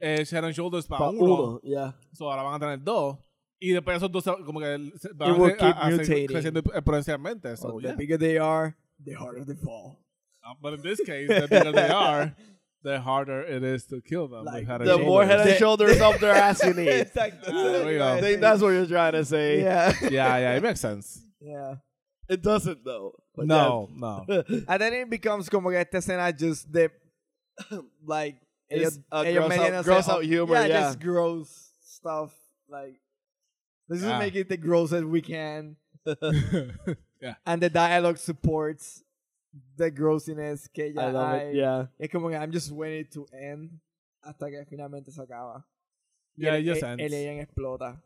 C: eh, head and shoulders para
A: pa
C: uno.
A: uno yeah
C: So, ahora van a tener dos. Y después esos dos, se- como que se- van
B: It will
C: a,
B: keep
C: a- a seguir
B: mutating.
C: creciendo exponencialmente. So,
B: So the
C: yeah.
B: bigger they are, the harder they fall.
C: Uh, But in this case, the bigger they are, the harder it is to kill them.
B: Like,
C: with head and
A: the more head
C: shoulders.
A: and shoulders up their ass you need
B: Exacto.
C: There we
A: I
C: go.
A: think that's what you're trying to say
B: Yeah.
C: Yeah, yeah, it makes sense.
B: yeah.
A: it doesn't though But
C: No, no.
A: yes.
B: And then it becomes como que esta escena just de like
A: It's
B: ellos,
A: a
B: ellos
A: gross
B: median
A: out-
B: hacer-
A: gross out humor,
B: Yeah,
A: yeah.
B: just gross stuff. Like let's just
C: Yeah.
B: make it the grossest we can,
C: yeah.
B: and the dialogue supports the grossiness que ya
A: I love
B: hay.
A: it yeah
B: Es como que I'm just waiting to end hasta que finalmente se acaba. Y
C: Yeah,
B: el, e-
C: it just
B: el-
C: ends.
B: el alien explota.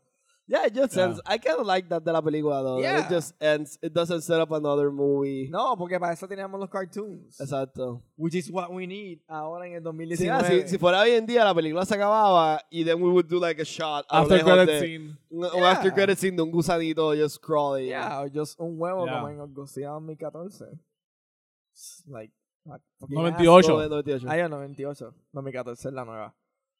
A: Yeah, it just
C: Yeah.
A: ends. I kind of like that de la película, though. that
B: Yeah.
A: It just ends. It doesn't set up another movie.
B: No, porque para eso teníamos los cartoons.
A: Exacto.
B: Which is what we need ahora en el
A: Sí, ah, si,
B: 2019.
A: si fuera hoy en día, la película se acababa y then we would do like a shot. a lo
C: After
A: lejos
C: credit
A: de-
C: scene.
A: Un, un
B: Yeah.
A: after credit scene de un gusanito just crawling.
B: Yeah, or just un huevo
C: Yeah.
B: como en el Godzilla 2014. Like, like fucking
C: 98.
A: No, de 98.
B: ass- Ah, yeah, 98. 2014 es la nueva.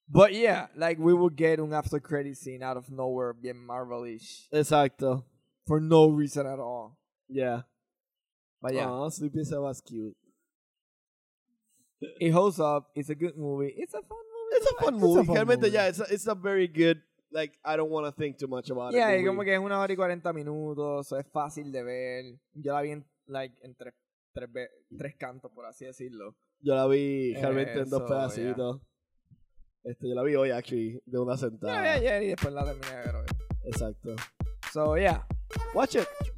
B: But yeah, like we would get an after credit scene out of nowhere, bien Marvelish,
A: Exacto.
B: for no reason at all.
A: Yeah.
B: But yeah,
A: Aw, Sleepy Cell was cute.
B: it holds up. It's a good movie. It's a fun movie.
A: It's a
B: to
A: fun
B: watch.
A: movie.
B: It's a fun
A: Realmente,
B: movie.
A: yeah, it's a, it's a very good, like, I don't want to think too much about
B: Yeah,
A: it.
B: y como
A: movie.
B: que es una hora y 40 minutos, so es fácil de ver. Yo la vi en, like, en tres, tres, ve- tres cantos, por así decirlo.
A: Yo la vi realmente en dos
B: Eso,
A: pedacitos. Este, yo la vi hoy, actually, de una
B: Yo
A: sentada.
B: la vi ayer y después la terminé de ver hoy.
A: Exacto.
B: So, yeah.
A: Watch it.